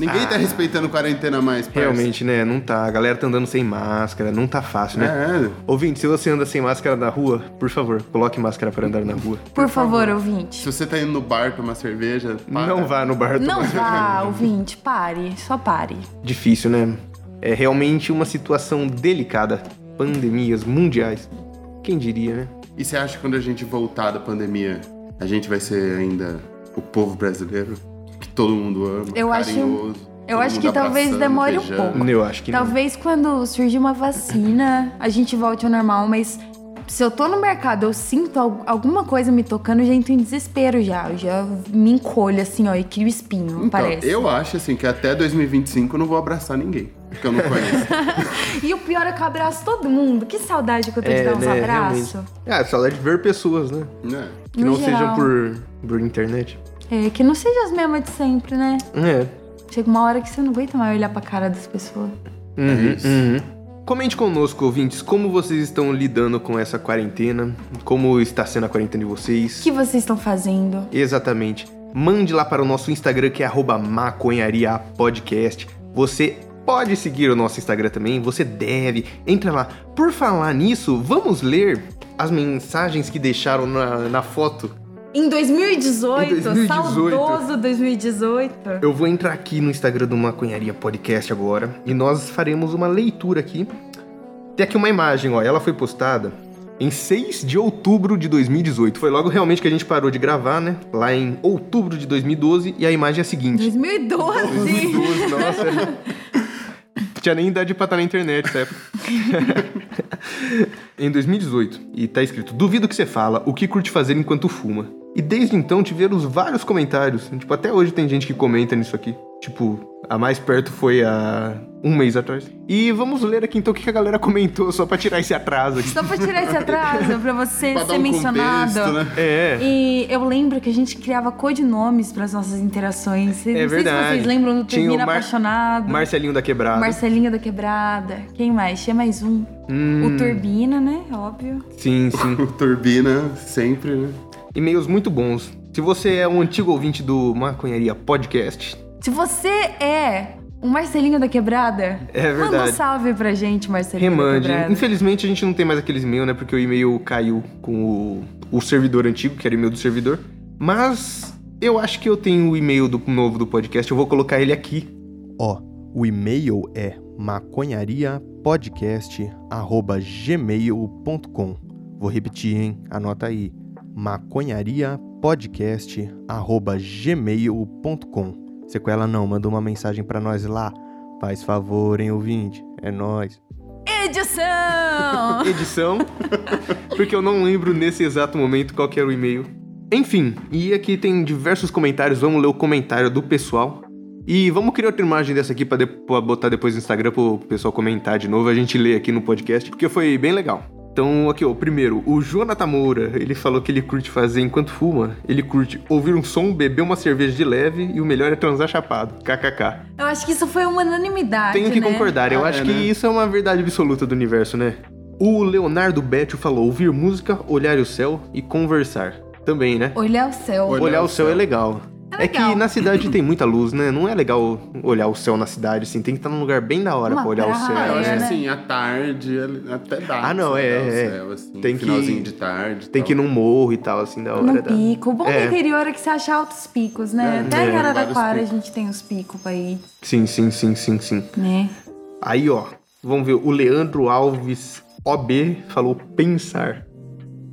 Speaker 3: Ninguém tá
Speaker 1: Ah.
Speaker 3: respeitando quarentena mais, parça.
Speaker 1: Realmente, né? Não tá. A galera tá andando sem máscara, não tá fácil, né?
Speaker 3: É,
Speaker 1: Ouvinte, se você anda sem máscara na rua, por favor, coloque máscara para andar na rua.
Speaker 2: Por favor,
Speaker 3: se
Speaker 2: ouvinte.
Speaker 3: você tá indo no bar tomar cerveja, para.
Speaker 1: Não vá no bar.
Speaker 2: Não
Speaker 1: tomar-
Speaker 3: tá
Speaker 2: vá, ouvinte, pare, só pare.
Speaker 1: Difícil, né? É realmente uma situação delicada. Pandemias mundiais. Quem diria, né?
Speaker 3: E você acha que quando a gente voltar da pandemia, a gente vai ser ainda o povo brasileiro? Que todo mundo ama,
Speaker 2: Eu acho-
Speaker 3: carinhoso,
Speaker 2: eu
Speaker 3: todo
Speaker 2: acho
Speaker 3: mundo
Speaker 2: que talvez
Speaker 3: abraçando,
Speaker 2: demore um
Speaker 3: beijando.
Speaker 2: pouco.
Speaker 1: Eu acho que não.
Speaker 2: Talvez quando surge uma vacina, a gente volte ao normal, mas se eu tô no mercado, eu sinto al- alguma coisa me tocando, eu já entro em desespero já. Eu já me encolho assim, ó, e crio espinho,
Speaker 3: Então,
Speaker 2: parece.
Speaker 3: eu acho assim que até 2025 eu não vou abraçar ninguém, porque eu não conheço.
Speaker 2: E o pior é que eu abraço todo mundo. Que saudade que eu tô de dar uns abraços.
Speaker 1: É, né, realmente. Ah, saudade de ver pessoas, né?
Speaker 3: né?
Speaker 1: Que
Speaker 2: No
Speaker 1: não sejam
Speaker 2: geral.
Speaker 1: por, por internet.
Speaker 2: É, que não seja as mesmas de sempre, né?
Speaker 1: É.
Speaker 2: Chega uma hora que você não aguenta mais olhar pra cara das pessoas.
Speaker 1: Uhum,
Speaker 3: É isso.
Speaker 1: uhum. Comente conosco, ouvintes, como vocês estão lidando com essa quarentena, como está sendo a quarentena de
Speaker 2: O
Speaker 1: vocês.
Speaker 2: que vocês estão fazendo?
Speaker 1: Exatamente. Mande lá para o nosso Instagram que é arroba maconhariapodcast. Você pode seguir o nosso Instagram também, você deve. Entra lá. Por falar nisso, vamos ler as mensagens que deixaram na, na foto.
Speaker 2: Em 2018,
Speaker 1: Em 2018.
Speaker 2: saudoso 2018.
Speaker 1: Eu vou entrar aqui no Instagram do Maconharia Podcast agora e nós faremos uma leitura aqui. Tem aqui uma imagem, ó. Ela foi postada em 6 de outubro de 2018. Foi logo realmente que a gente parou de gravar, né? Lá em outubro de 2012. E a imagem é a seguinte.
Speaker 2: 2012.
Speaker 1: nossa. Tinha nem idade pra estar na internet nessa época. em 2018. E tá escrito: Duvido que você fala, o que curte fazer enquanto fuma. E desde então tiveram vários comentários. Tipo, até hoje tem gente que comenta nisso aqui. Tipo, a mais perto foi há um mês atrás. E vamos ler aqui então o que que a galera comentou, só pra tirar esse atraso aqui.
Speaker 2: Só pra tirar esse atraso, pra você
Speaker 3: Pra dar
Speaker 2: ser
Speaker 3: um
Speaker 2: mencionado.
Speaker 3: contexto, né?
Speaker 1: É.
Speaker 2: E eu lembro que a gente criava codinomes para as nossas interações. Vocês-
Speaker 1: É
Speaker 2: não
Speaker 1: verdade.
Speaker 2: sei se vocês lembram do
Speaker 1: Tinha o
Speaker 2: Termina
Speaker 1: Mar-
Speaker 2: Apaixonado,
Speaker 1: Marcelinho da Quebrada.
Speaker 2: Marcelinha da Quebrada. Quem mais? Tinha mais um.
Speaker 1: Hum,
Speaker 2: O Turbina, né? Óbvio.
Speaker 1: Sim, sim.
Speaker 3: O Turbina sempre, né?
Speaker 1: E-mails muito bons. Se você é um antigo ouvinte do Maconharia Podcast,
Speaker 2: Se você é um Marcelinho da Quebrada,
Speaker 1: É
Speaker 2: manda um
Speaker 1: verdade.
Speaker 2: salve pra né? gente, Marcelinho
Speaker 1: remande.
Speaker 2: da Quebrada.
Speaker 1: Infelizmente a gente não tem mais aqueles e-mail, né? Porque o e-mail caiu com o, o servidor antigo, que era o e-mail do servidor. Mas eu acho que eu tenho o e-mail do novo do podcast, eu vou colocar ele aqui.
Speaker 4: Ó, o e-mail é maconhariapodcast@gmail.com. Vou repetir, hein? Anota aí. maconhariapodcast@gmail.com. Sequela não, manda uma mensagem pra nós lá. Faz favor, hein, ouvinte? É nós.
Speaker 2: Edição!
Speaker 1: edição, porque eu não lembro nesse exato momento qual que era o e-mail. Enfim, e aqui tem diversos comentários, vamos ler o comentário do pessoal. E vamos criar outra imagem dessa aqui pra, de- pra botar depois no Instagram pro pessoal comentar de novo, a gente lê aqui no podcast, porque foi bem legal. Então, aqui, ó, primeiro, o Jonathan Moura, ele falou que ele curte fazer enquanto fuma, ele curte ouvir um som, beber uma cerveja de leve e o melhor é transar chapado, kkk.
Speaker 2: eu acho que isso foi uma unanimidade,
Speaker 1: Tenho que
Speaker 2: né?
Speaker 1: concordar, eu
Speaker 3: Ah,
Speaker 1: acho
Speaker 3: é,
Speaker 1: que
Speaker 3: né?
Speaker 1: isso é uma verdade absoluta do universo, né? O Leonardo Bettio falou ouvir música, olhar o céu e conversar. Também, né?
Speaker 2: Olhar o céu.
Speaker 1: Olhar, o céu, é legal.
Speaker 2: É
Speaker 1: É que
Speaker 2: legal.
Speaker 1: na cidade tem muita luz, né? Não é legal olhar o céu na cidade, assim. Tem que estar num lugar bem da hora
Speaker 2: Uma
Speaker 1: pra olhar o céu.
Speaker 3: Ah,
Speaker 2: praia,
Speaker 3: eu
Speaker 1: né?
Speaker 3: acho
Speaker 2: né?
Speaker 3: que assim, à tarde, ali- até dá.
Speaker 1: Ah, não,
Speaker 3: assim,
Speaker 1: é,
Speaker 3: dá o
Speaker 1: é.
Speaker 3: céu, assim,
Speaker 1: Tem que-
Speaker 3: finalzinho de tarde. e
Speaker 1: Tem
Speaker 3: tal.
Speaker 1: que ir num morro e tal, assim, da hora.
Speaker 2: Num
Speaker 1: da-
Speaker 2: pico. O bom
Speaker 1: É.
Speaker 2: do interior é que você acha altos picos, né?
Speaker 3: É,
Speaker 2: Até em
Speaker 3: é,
Speaker 2: Araraquara a
Speaker 3: vários
Speaker 2: gente tem os picos pra ir,
Speaker 1: Sim, sim, sim, sim, sim.
Speaker 2: né?
Speaker 1: Aí, ó. Vamos ver. O Leandro Alves OB falou pensar.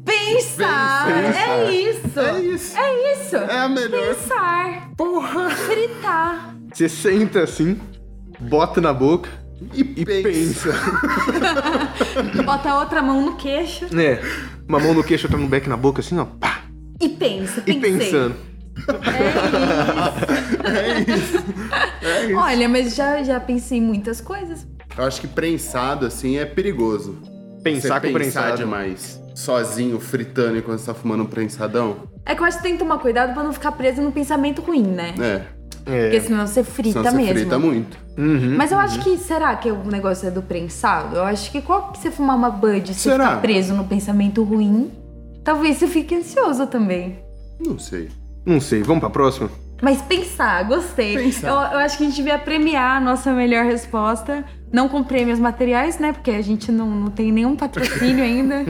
Speaker 2: Pensar! É isso!
Speaker 3: É isso.
Speaker 2: É isso!
Speaker 3: É a melhor.
Speaker 2: Pensar!
Speaker 3: Porra!
Speaker 2: Fritar!
Speaker 1: Você senta assim, bota na boca
Speaker 3: E,
Speaker 1: e
Speaker 3: pensa.
Speaker 1: pensa.
Speaker 2: Bota a outra mão no queixo
Speaker 1: É. Uma mão no queixo, outra no beck na boca, assim, ó. Pá,
Speaker 2: e pensa.
Speaker 1: e
Speaker 2: Pensei.
Speaker 1: pensando.
Speaker 3: É
Speaker 2: Olha, mas já, já pensei em muitas coisas.
Speaker 3: Eu acho que prensado, assim, é perigoso.
Speaker 1: Pensar
Speaker 3: você
Speaker 1: com
Speaker 3: pensar
Speaker 1: prensado.
Speaker 3: demais. Sozinho, fritando enquanto você tá fumando um prensadão.
Speaker 2: É que eu acho que tem que tomar cuidado pra não ficar preso no pensamento ruim, né?
Speaker 3: É.
Speaker 1: É.
Speaker 2: Porque senão você frita
Speaker 3: Senão você
Speaker 2: mesmo.
Speaker 3: frita muito.
Speaker 1: Uhum.
Speaker 2: Mas eu acho que, será que o negócio é do prensado? Eu acho que qual que você fumar uma bud e você
Speaker 3: Será?
Speaker 2: ficar preso no pensamento ruim, talvez você fique ansioso também.
Speaker 3: Não sei.
Speaker 1: Não sei, vamos pra próxima?
Speaker 2: Mas pensar, gostei.
Speaker 3: Pensar.
Speaker 2: Eu, eu acho que a gente devia premiar a nossa melhor resposta. Não com prêmios materiais, né? Porque a gente não, não tem nenhum patrocínio ainda.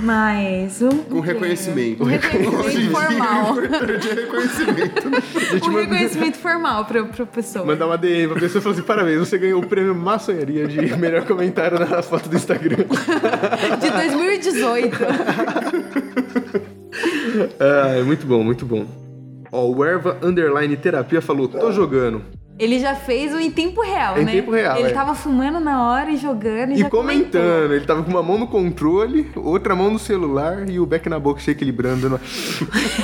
Speaker 2: Mas. Um,
Speaker 3: Com reconhecimento.
Speaker 2: Um reconhecimento formal.
Speaker 3: de reconhecimento. né?
Speaker 1: gente
Speaker 2: Um
Speaker 1: manda-
Speaker 2: reconhecimento formal pra, pra pessoa.
Speaker 1: Mandar uma DM pra pessoa e falar assim: parabéns, você ganhou o prêmio maçonharia de melhor comentário na foto do Instagram.
Speaker 2: De 2018.
Speaker 1: Ah, é muito bom, muito bom. Ó, o Erva Underline Terapia falou: tô jogando.
Speaker 2: Ele já fez o em tempo real,
Speaker 1: Em
Speaker 2: né?
Speaker 1: tempo real,
Speaker 2: Ele
Speaker 1: é.
Speaker 2: tava fumando na hora e jogando e,
Speaker 1: E
Speaker 2: já comentou.
Speaker 1: comentando, ele tava com uma mão no controle, outra mão no celular e o beck na boca se equilibrando. na-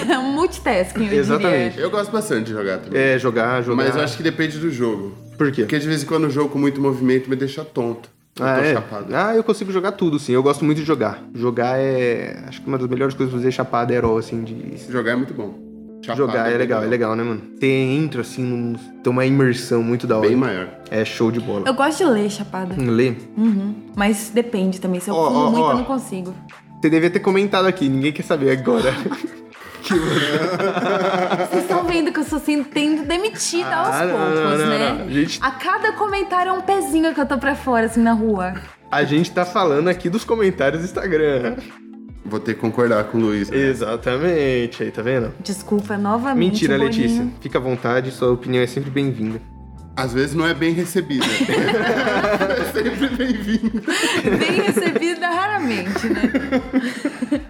Speaker 2: É um multitasking, eu diria.
Speaker 1: Exatamente.
Speaker 3: Eu gosto bastante de jogar também.
Speaker 1: É, jogar, jogar.
Speaker 3: Mas eu acho que depende do jogo.
Speaker 1: Por quê?
Speaker 3: Porque de vez em quando o jogo com muito movimento me deixa tonto. Eu
Speaker 1: Ah,
Speaker 3: tô
Speaker 1: é?
Speaker 3: chapado.
Speaker 1: ah, eu consigo jogar tudo, sim. Eu gosto muito de jogar. Jogar é. Acho que uma das melhores coisas pra fazer chapado é herói, assim, de.
Speaker 3: Jogar é muito bom. Chapado
Speaker 1: jogar é
Speaker 3: bem
Speaker 1: legal, é legal, né, mano? Você entra, assim, num... tem uma imersão muito da hora.
Speaker 3: Bem maior.
Speaker 1: É show de bola.
Speaker 2: Eu gosto de ler, Chapada.
Speaker 1: Lê.
Speaker 2: Uhum. Mas depende também. Se eu
Speaker 1: Hum. Ó,
Speaker 2: fumo
Speaker 1: ó,
Speaker 2: muito,
Speaker 1: ó.
Speaker 2: eu não consigo.
Speaker 1: Você devia ter comentado aqui, ninguém quer saber agora.
Speaker 2: Vocês estão vendo que eu estou sendo tendo demitida
Speaker 1: Ah,
Speaker 2: aos
Speaker 1: não,
Speaker 2: poucos,
Speaker 1: não, não,
Speaker 2: né?
Speaker 1: não. Gente-
Speaker 2: A cada comentário é um pezinho que eu tô pra fora, assim, na rua.
Speaker 1: A gente tá falando aqui dos comentários do Instagram.
Speaker 3: Vou ter que concordar com o Luiz.
Speaker 1: É.
Speaker 3: né?
Speaker 1: Exatamente, aí, tá vendo?
Speaker 2: Desculpa novamente.
Speaker 1: Mentira,
Speaker 2: Boninho.
Speaker 1: Letícia. Fica à vontade, sua opinião é sempre bem-vinda.
Speaker 3: Às vezes não é bem recebida. é sempre bem-vindo.
Speaker 2: Bem recebida raramente, né?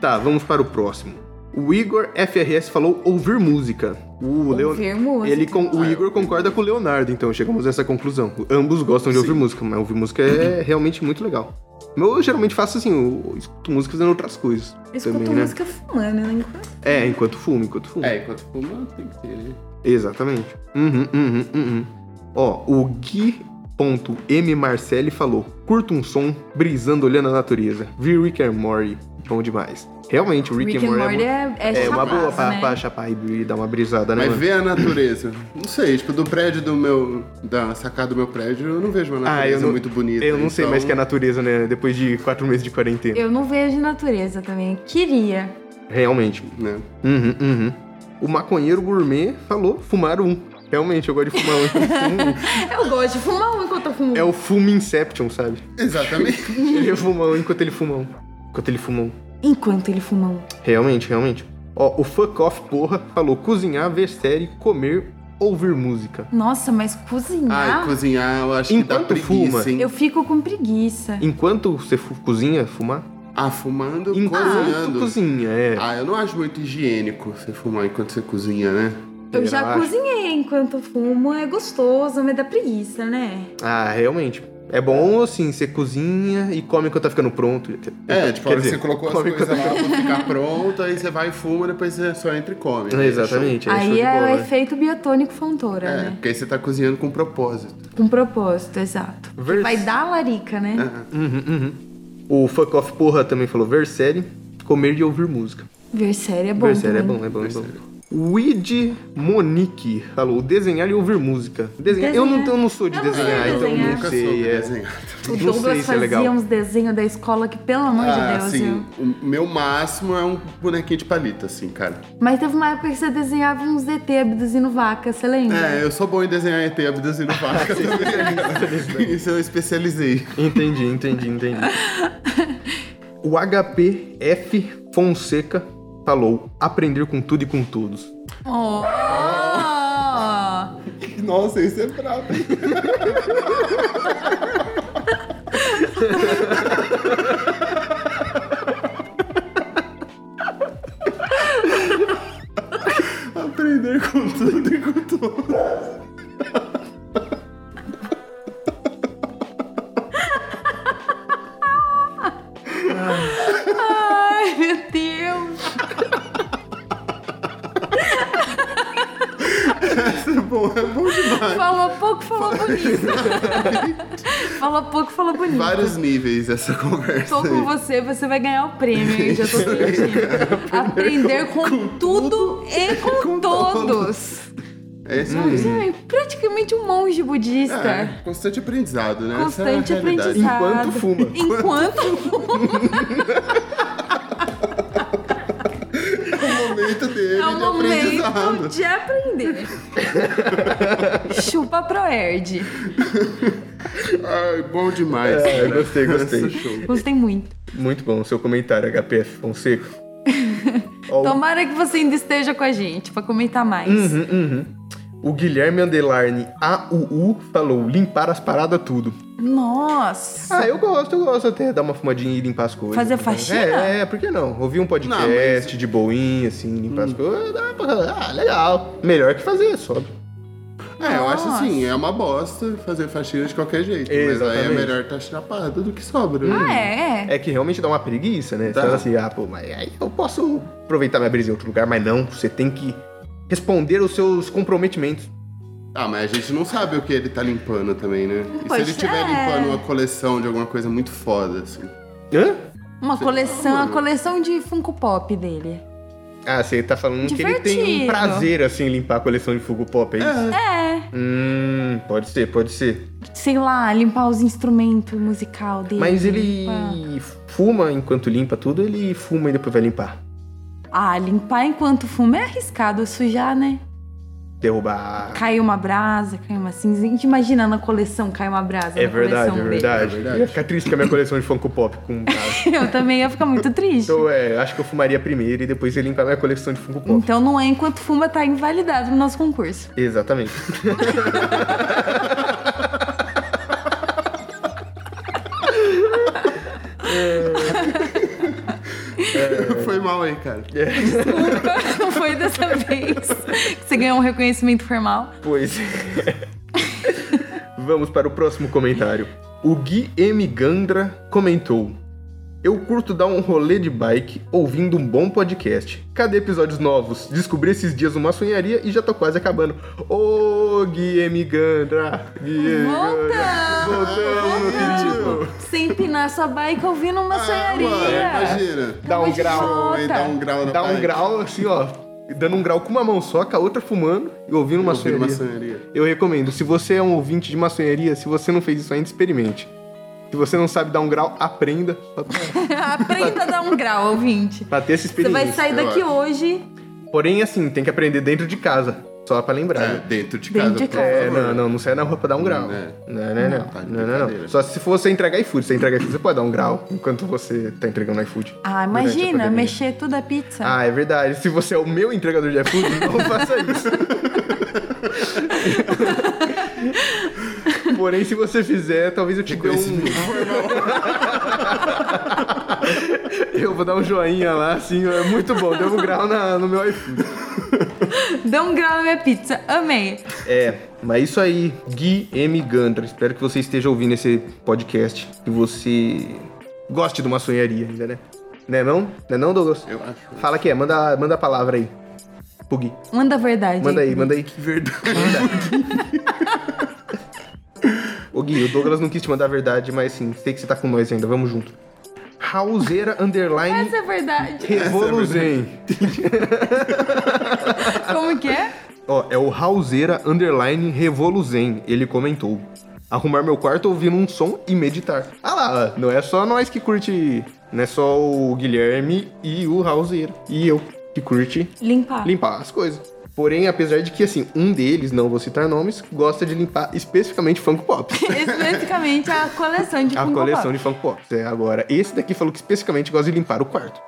Speaker 1: Tá, vamos para o próximo. O Igor FRS falou ouvir música. O Leo-
Speaker 2: Ouvir música.
Speaker 1: Ele com- o Igor concorda com o Leonardo, então chegamos a essa conclusão. Ambos gostam de ouvir música, mas ouvir música é realmente muito legal. Eu geralmente faço assim, eu escuto música fazendo outras coisas.
Speaker 2: Eu escuto
Speaker 1: também, né?
Speaker 2: música fumando, né?
Speaker 1: É, enquanto fumo, enquanto fumo.
Speaker 3: É, enquanto fuma, tem que ter, né?
Speaker 1: Exatamente. Uhum, uhum, uhum. Ó, o Gui.m. Marcelli falou: curta um som brisando olhando a natureza. Vi Rick and Morty. Bom demais. Realmente, o Rick, and Morty, é,
Speaker 2: é, é,
Speaker 1: é uma
Speaker 2: chamaço,
Speaker 1: boa pra,
Speaker 2: né?
Speaker 1: pra chapar e dar uma brisada, né?
Speaker 3: Mas
Speaker 1: mano?
Speaker 3: ver a natureza. Não sei, tipo, do prédio do meu. Da sacada do meu prédio, eu não vejo uma
Speaker 1: Ah,
Speaker 3: natureza
Speaker 1: eu não,
Speaker 3: muito bonita.
Speaker 1: eu não sei
Speaker 3: então-
Speaker 1: mais que é natureza, né? Depois de quatro meses de quarentena.
Speaker 2: Eu não vejo natureza também. Queria.
Speaker 1: Realmente.
Speaker 3: né?
Speaker 1: Uhum, uhum. O maconheiro gourmet falou fumar um. Realmente, eu gosto de fumar um.
Speaker 2: Eu gosto de fumar um enquanto eu fumo.
Speaker 1: é o fume Inception, sabe?
Speaker 3: Exatamente.
Speaker 1: Ele fuma um enquanto ele fuma um. Enquanto ele fuma um.
Speaker 2: Enquanto ele fuma um.
Speaker 1: Realmente, realmente. Ó, o fuck off, porra, falou cozinhar, ver série, comer, ouvir música.
Speaker 2: Nossa, mas cozinhar,
Speaker 3: Ai, cozinhar, eu acho que dá
Speaker 1: Ah. Enquanto
Speaker 3: preguiça,
Speaker 1: fuma.
Speaker 3: hein?
Speaker 2: Ah. eu fico com preguiça.
Speaker 1: Enquanto você fu- cozinha, fumar?
Speaker 3: Ah, fumando,
Speaker 1: Enquanto
Speaker 3: cozinhando.
Speaker 1: cozinha, é.
Speaker 3: Ah, eu não acho muito higiênico você fumar enquanto você cozinha, né?
Speaker 2: Eu
Speaker 1: eu
Speaker 2: já
Speaker 1: acho.
Speaker 2: cozinhei enquanto eu fumo, é gostoso, mas dá preguiça, né?
Speaker 1: Ah, realmente. É bom, assim, você cozinha e come enquanto tá ficando pronto.
Speaker 3: É, tipo, a
Speaker 1: Quer
Speaker 3: hora que
Speaker 1: dizer,
Speaker 3: você colocou as
Speaker 1: come tá
Speaker 3: coisas lá pra ficar pronta, aí você vai e fuma, depois você só entra e come. né?
Speaker 1: Exatamente, é show
Speaker 2: Aí
Speaker 1: de
Speaker 2: é
Speaker 1: bola.
Speaker 2: o efeito biotônico fontora,
Speaker 3: É,
Speaker 2: né?
Speaker 3: porque aí você tá cozinhando com propósito.
Speaker 2: Com propósito, exato. Que
Speaker 1: Vers-
Speaker 2: Vai dar larica, né?
Speaker 1: Uhum, uhum. O fuck off porra também falou ver série, comer e ouvir música.
Speaker 2: Ver série é bom.
Speaker 1: ver série é
Speaker 2: também.
Speaker 1: bom, é bom, é
Speaker 3: Ver
Speaker 1: bom.
Speaker 3: série.
Speaker 1: Weed Monique falou desenhar e ouvir música. Desenhar. Eu, não,
Speaker 2: Desenhar.
Speaker 1: eu não sou de
Speaker 2: Eu não sei
Speaker 1: desenhar, então
Speaker 2: desenhar.
Speaker 1: eu
Speaker 3: Nunca
Speaker 1: não
Speaker 3: soube
Speaker 1: sei. é.
Speaker 3: desenhar.
Speaker 2: O
Speaker 1: Não sei
Speaker 2: Douglas
Speaker 1: se é
Speaker 2: fazia um
Speaker 1: legal. Ah,
Speaker 2: uns desenhos da escola que, pelo amor de Deus,
Speaker 3: assim,
Speaker 2: eu...
Speaker 3: o meu máximo é um bonequinho de palito, assim, cara.
Speaker 2: Mas teve uma época que você desenhava uns ET abduzindo vaca, você lembra?
Speaker 3: É, eu sou bom em desenhar ET abduzindo vaca também. Isso eu especializei.
Speaker 1: Entendi, entendi, entendi. o HPF Fonseca falou aprender com tudo e com todos.
Speaker 2: Oh.
Speaker 3: Nossa, isso é brabo. hein? Aprender com tudo e com tudo.
Speaker 2: Ai, meu Deus!
Speaker 3: Isso é bom, é bom demais.
Speaker 2: Falou pouco, falou bonito. falou pouco, falou bonito.
Speaker 3: Vários níveis essa conversa.
Speaker 2: Tô com
Speaker 3: aí.
Speaker 2: você, você vai ganhar o prêmio, hein? Já tô sentindo. Aprender com, tudo e com, todos.
Speaker 3: É isso
Speaker 2: Você
Speaker 3: aí.
Speaker 2: é praticamente um monge budista.
Speaker 3: É, constante aprendizado, né? Essa é a
Speaker 2: Constante
Speaker 3: realidade.
Speaker 2: aprendizado.
Speaker 1: Enquanto fuma.
Speaker 2: Enquanto fuma.
Speaker 3: É o momento dele
Speaker 2: É o
Speaker 3: de
Speaker 2: momento
Speaker 3: aprendizado.
Speaker 2: de aprender. Chupa Proerd.
Speaker 3: Ai, bom demais.
Speaker 1: É,
Speaker 3: cara.
Speaker 1: gostei, gostei.
Speaker 3: Nossa, show.
Speaker 2: Gostei muito.
Speaker 1: Muito bom o seu comentário, HPF Fonseca. Ó, o-
Speaker 2: Tomara que você ainda esteja com a gente pra comentar mais.
Speaker 1: Uhum, uhum. O Guilherme Underline AUU falou limpar as paradas tudo.
Speaker 2: Nossa!
Speaker 1: Ah, eu gosto, eu gosto até dar uma fumadinha e limpar as coisas.
Speaker 2: Fazer faxina?
Speaker 1: É, é, por que não? Ouvir um podcast
Speaker 3: Não,
Speaker 1: de boinha, assim, limpar
Speaker 2: Hum.
Speaker 1: as coisas. dá pra- Ah, legal. Melhor que fazer, sobe.
Speaker 3: É, eu acho
Speaker 2: Nossa.
Speaker 3: assim, é uma bosta fazer faxina de qualquer jeito. Mas aí é
Speaker 1: Exatamente.
Speaker 3: melhor tá chapado do que sobra.
Speaker 2: Ah,
Speaker 3: né?
Speaker 2: é, é.
Speaker 1: É que realmente dá uma preguiça, né? Você
Speaker 3: Dá.
Speaker 1: fala assim, ah, pô, mas aí eu posso aproveitar minha brisa em outro lugar, mas não, você tem que responder aos seus comprometimentos.
Speaker 3: Ah, mas a gente não sabe o que ele tá limpando também, né? E se
Speaker 2: Pois
Speaker 3: ele estiver
Speaker 2: é.
Speaker 3: limpando uma coleção de alguma coisa muito foda, assim?
Speaker 1: Hã?
Speaker 2: Uma coleção,
Speaker 3: mano.
Speaker 2: a coleção de Funko Pop dele.
Speaker 1: Ah, você tá falando que ele tem um
Speaker 2: Divertido.
Speaker 1: prazer, assim, em limpar a coleção de Funko Pop, é isso?
Speaker 2: É,
Speaker 1: Hum, pode ser, pode ser.
Speaker 2: sei lá, limpar os instrumentos musical dele.
Speaker 1: Mas ele
Speaker 2: limpar-
Speaker 1: fuma enquanto limpa tudo, ele fuma e depois vai limpar.
Speaker 2: Ah, limpar enquanto fuma é arriscado sujar, né?
Speaker 1: Derrubar.
Speaker 2: Cai uma brasa, cai uma cinza. A gente imagina na coleção cai uma brasa.
Speaker 1: É
Speaker 2: na
Speaker 1: verdade, é
Speaker 2: coleção dele.
Speaker 1: verdade.
Speaker 3: É verdade.
Speaker 1: Eu ia ficar triste com a minha coleção de Funko Pop com cara.
Speaker 2: Eu também ia ficar muito triste.
Speaker 1: Então, é, acho que eu fumaria primeiro e depois ia limpar minha coleção de Funko Pop.
Speaker 2: Então não é enquanto fuma, tá invalidado no nosso concurso.
Speaker 1: Exatamente. É.
Speaker 3: Foi mal aí, cara.
Speaker 2: Não foi dessa vez que você ganhou um reconhecimento formal.
Speaker 1: Pois é. Vamos para o próximo comentário. O Gui M. Gandra comentou: Eu curto dar um rolê de bike ouvindo um bom podcast. Cadê episódios novos? Descobri esses dias uma sonharia e já tô quase acabando. Ô, Guilherme Gandra! Guilherme Gandra! Voltamos, tipo. tio!
Speaker 2: Sem empinar sua bike ouvindo uma
Speaker 3: Ah, mano,
Speaker 2: sonharia.
Speaker 3: imagina.
Speaker 1: Dá um
Speaker 2: Acabou de
Speaker 1: grau,
Speaker 2: volta.
Speaker 3: Oi, dá um grau na
Speaker 1: Dá um
Speaker 3: bike.
Speaker 1: grau assim, ó. Dando um grau com uma mão só, com a outra fumando e ouvindo uma
Speaker 3: Ouvir
Speaker 1: sonharia.
Speaker 3: maçonaria.
Speaker 1: Eu recomendo. Se você é um ouvinte de maçonharia, se você não fez isso ainda, experimente. Se você não sabe dar um grau, aprenda pra,
Speaker 2: Aprenda a dar um grau, ouvinte.
Speaker 1: pra ter essa
Speaker 2: Você
Speaker 1: experiência.
Speaker 2: vai sair
Speaker 3: eu
Speaker 2: daqui
Speaker 3: acho.
Speaker 2: hoje.
Speaker 1: Porém, assim, tem que aprender dentro de casa. Só pra
Speaker 3: É,
Speaker 1: lembrar.
Speaker 3: dentro de
Speaker 2: Dentro
Speaker 3: casa,
Speaker 2: de
Speaker 3: por
Speaker 2: casa.
Speaker 1: É,
Speaker 3: favor.
Speaker 1: não, não, não sai na rua pra dar um grau.
Speaker 3: É.
Speaker 1: Não, não, não.
Speaker 3: tá de
Speaker 1: Não, não, não.
Speaker 3: brincadeira.
Speaker 1: Só se você entregar iFood. Você entrega iFood, você pode dar um grau enquanto você tá entregando iFood.
Speaker 2: Ah,
Speaker 1: Durante a
Speaker 2: imagina,
Speaker 1: pandemia.
Speaker 2: mexer tudo a pizza.
Speaker 1: Ah, é verdade. Se você é o meu entregador de iFood, não faça isso. Porém, se você fizer, talvez eu te dê um.
Speaker 3: Reconhecimento formal.
Speaker 1: Eu vou dar um joinha lá, assim, é muito bom. Deu um grau na- no meu iFood.
Speaker 2: Dá um grau na minha pizza. Amei.
Speaker 1: É, mas isso aí, Gui M. Gandra. Espero que você esteja ouvindo esse podcast. Que você goste de uma sonharia ainda, né? Né não? Né não, Douglas?
Speaker 3: Eu acho.
Speaker 1: Fala que é, manda, manda a palavra aí. Pro Gui.
Speaker 2: Manda a verdade.
Speaker 1: Manda aí, manda aí.
Speaker 3: Que verdade.
Speaker 1: Ô Gui, o Douglas não quis te mandar a verdade, mas sim, sei que você tá com nós ainda, vamos junto. Raulzeira Underline
Speaker 2: Essa é a verdade.
Speaker 1: Revoluzen.
Speaker 2: Como que é?
Speaker 1: Ó, é o Raulzeira Underline Revoluzen, ele comentou. Arrumar meu quarto ouvindo um som e meditar. Ah lá, não é só nós que curte, não é só o Guilherme e o Raulzeira. E eu, que curte
Speaker 2: Limpar.
Speaker 1: limpar as coisas. Porém, apesar de que, assim, um deles, não vou citar nomes, gosta de limpar especificamente Funko Pop.
Speaker 2: Especificamente é a coleção de
Speaker 1: A
Speaker 2: Funko
Speaker 1: coleção
Speaker 2: Pop.
Speaker 1: de Funko Pops. É, agora, esse daqui falou que especificamente gosta de limpar o quarto.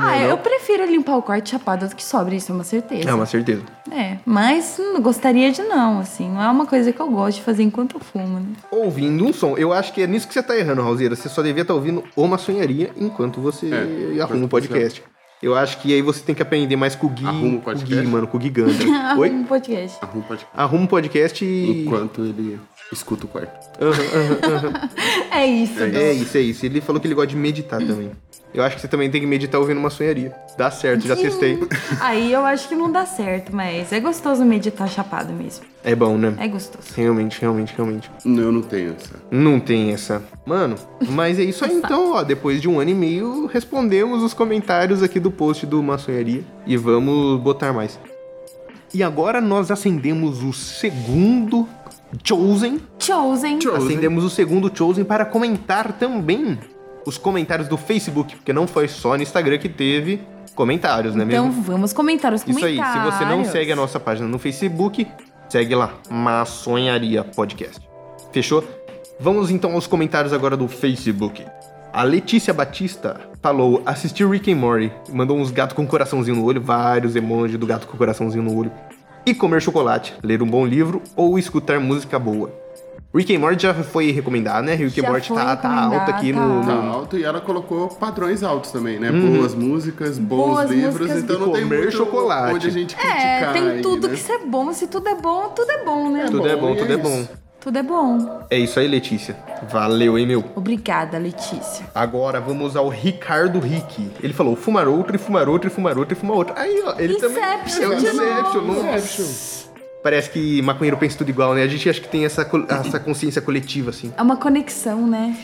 Speaker 2: Ah, eu prefiro limpar o quarto chapado do que sobra, isso é uma certeza.
Speaker 1: É uma certeza.
Speaker 2: É, mas hum, gostaria de não, assim. Não é uma coisa que eu gosto de fazer enquanto eu fumo, né?
Speaker 1: Ouvindo um som. Eu acho que é nisso que você tá errando, Raulzeira. Você só devia estar ouvindo o maçonharia enquanto você
Speaker 3: É,
Speaker 1: arruma o
Speaker 3: enquanto você-
Speaker 1: podcast. Eu acho que aí você tem que aprender mais com o Gui.
Speaker 3: Arruma o
Speaker 1: com
Speaker 3: podcast?
Speaker 1: Gui, mano, com o Gui Gandra.
Speaker 2: Arrumo
Speaker 1: Oi?
Speaker 2: um podcast.
Speaker 3: Arruma um podcast.
Speaker 1: Arruma um podcast e.
Speaker 3: Enquanto ele escuta o quarto.
Speaker 2: É isso, Dô.
Speaker 1: É isso, é isso. Ele falou que ele gosta de meditar também. Eu acho que você também tem que meditar ouvindo maçonharia. Dá certo, já testei.
Speaker 2: Aí eu acho que não dá certo, mas é gostoso meditar chapado mesmo.
Speaker 1: É bom, né?
Speaker 2: É gostoso.
Speaker 1: Realmente, realmente, realmente.
Speaker 3: Eu não tenho essa.
Speaker 1: Não tem essa. Mano, mas é isso aí então, ó. Depois de um ano e meio, respondemos os comentários aqui do post do Maçonharia. E vamos botar mais. E agora nós acendemos o segundo Chosen.
Speaker 2: Chosen.
Speaker 3: Chosen.
Speaker 1: Acendemos o segundo Chosen para comentar também os comentários do Facebook, porque não foi só no Instagram que teve comentários, né
Speaker 2: Então
Speaker 1: mesmo?
Speaker 2: vamos comentar os
Speaker 1: Isso aí,
Speaker 2: comentários.
Speaker 1: se você não segue a nossa página no Facebook, segue lá, Maçonharia Podcast. Fechou? Vamos então aos comentários agora do Facebook. A Letícia Batista falou, assistiu Rick and Morty, mandou uns gatos com coraçãozinho no olho, vários emojis do gato com coraçãozinho no olho. E comer chocolate, ler um bom livro ou escutar música boa. Rick and Morty já foi recomendado, né? Rick
Speaker 2: Já
Speaker 1: and Morty
Speaker 2: foi
Speaker 1: tá, tá alto aqui no-
Speaker 2: recomendado,
Speaker 3: Tá
Speaker 1: no,
Speaker 3: alto e ela colocou padrões altos também, né? Boas músicas, bons
Speaker 2: Uhum. Boas
Speaker 3: livros,
Speaker 2: músicas.
Speaker 3: então não tem
Speaker 1: Comer
Speaker 3: muito
Speaker 1: chocolate.
Speaker 3: onde a gente criticar
Speaker 2: É, tem
Speaker 3: aí,
Speaker 2: tudo
Speaker 3: né?
Speaker 2: que isso é bom. Se tudo é bom, tudo é bom, né?
Speaker 1: Tudo é bom,
Speaker 3: e
Speaker 1: tudo é bom.
Speaker 3: isso.
Speaker 2: Tudo é bom.
Speaker 1: É isso aí, Letícia. Valeu, hein, meu?
Speaker 2: Obrigada, Letícia.
Speaker 1: Agora vamos ao Ricardo Rick. Ele falou fumar outro e fumar outro e fumar outro e fumar outro. Aí, ó, ele
Speaker 2: Inception
Speaker 1: também. É
Speaker 2: de
Speaker 1: não-
Speaker 2: novo.
Speaker 1: Parece que maconheiro pensa tudo igual, né? A gente acha que tem essa, co- essa consciência coletiva, assim.
Speaker 2: É uma conexão, né?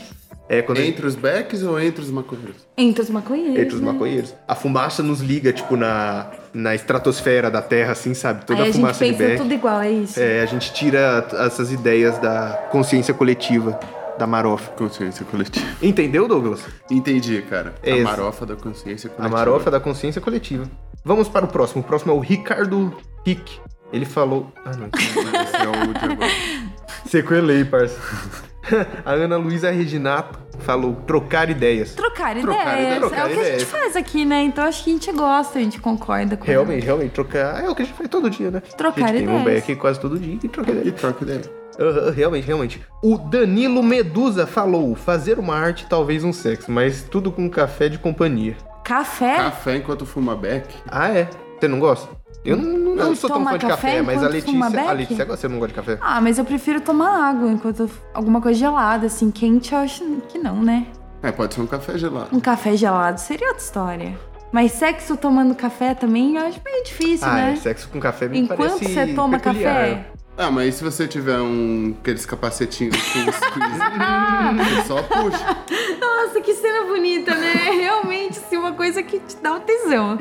Speaker 1: É, quando a gente
Speaker 3: Entre os backs ou entre os maconheiros?
Speaker 2: Entre os maconheiros.
Speaker 1: entre os
Speaker 2: né?
Speaker 1: maconheiros. A fumaça nos liga, tipo, na, na estratosfera da Terra, assim, sabe? Toda
Speaker 2: Aí a
Speaker 1: a
Speaker 2: gente
Speaker 1: fumaça de
Speaker 2: pensa
Speaker 1: Beck.
Speaker 2: tudo igual, é isso.
Speaker 1: É, a gente tira t- essas ideias da consciência coletiva, da marofa.
Speaker 3: Consciência coletiva.
Speaker 1: Entendeu, Douglas?
Speaker 3: Entendi, cara.
Speaker 1: É isso.
Speaker 3: a marofa da consciência
Speaker 1: A
Speaker 3: coletiva.
Speaker 1: marofa é da consciência coletiva. Vamos para o próximo. O próximo é o Ricardo Rick. Ele falou. Ah, não.
Speaker 3: Esse é o de agora.
Speaker 1: Sequelei, parça. A Ana Luísa Reginato falou trocar ideias.
Speaker 2: Trocar ideias.
Speaker 1: Trocar ideias,
Speaker 2: é o
Speaker 1: trocar
Speaker 2: que a
Speaker 1: ideias.
Speaker 2: gente faz aqui, né? Então acho que a gente gosta, a gente concorda com
Speaker 1: Realmente, realmente, trocar. É o que a gente faz todo dia, né?
Speaker 2: Trocar
Speaker 1: a gente tem um
Speaker 2: ideias.
Speaker 1: back quase todo dia e troca
Speaker 3: E
Speaker 1: ideia.
Speaker 3: troca ideia.
Speaker 1: Aham, realmente, realmente. O Danilo Medusa falou: fazer uma arte, talvez um sexo, mas tudo com café de companhia.
Speaker 2: Café?
Speaker 3: Café enquanto fuma beck.
Speaker 1: Ah, é? Você não gosta? Eu não, não- não sou tão
Speaker 2: Toma
Speaker 1: fã de
Speaker 2: café
Speaker 1: café, mas a
Speaker 2: enquanto fuma
Speaker 1: Letícia. A
Speaker 2: Beck?
Speaker 1: Letícia gosta, você não gosta de café?
Speaker 2: Ah, mas eu prefiro tomar água enquanto eu- alguma coisa gelada, assim, quente eu acho que não, né?
Speaker 3: É, pode ser um café gelado.
Speaker 2: Um café gelado seria outra história. Mas sexo tomando café também eu acho meio difícil,
Speaker 1: ah,
Speaker 2: né?
Speaker 1: é, sexo com café me
Speaker 2: Enquanto
Speaker 1: parece
Speaker 2: você toma
Speaker 1: peculiar.
Speaker 2: café.
Speaker 3: Ah, mas e se você tiver um aqueles capacetinhos com os quiz, só puxa.
Speaker 2: Nossa, que cena bonita, né? Realmente, assim, uma coisa que te dá um tesão.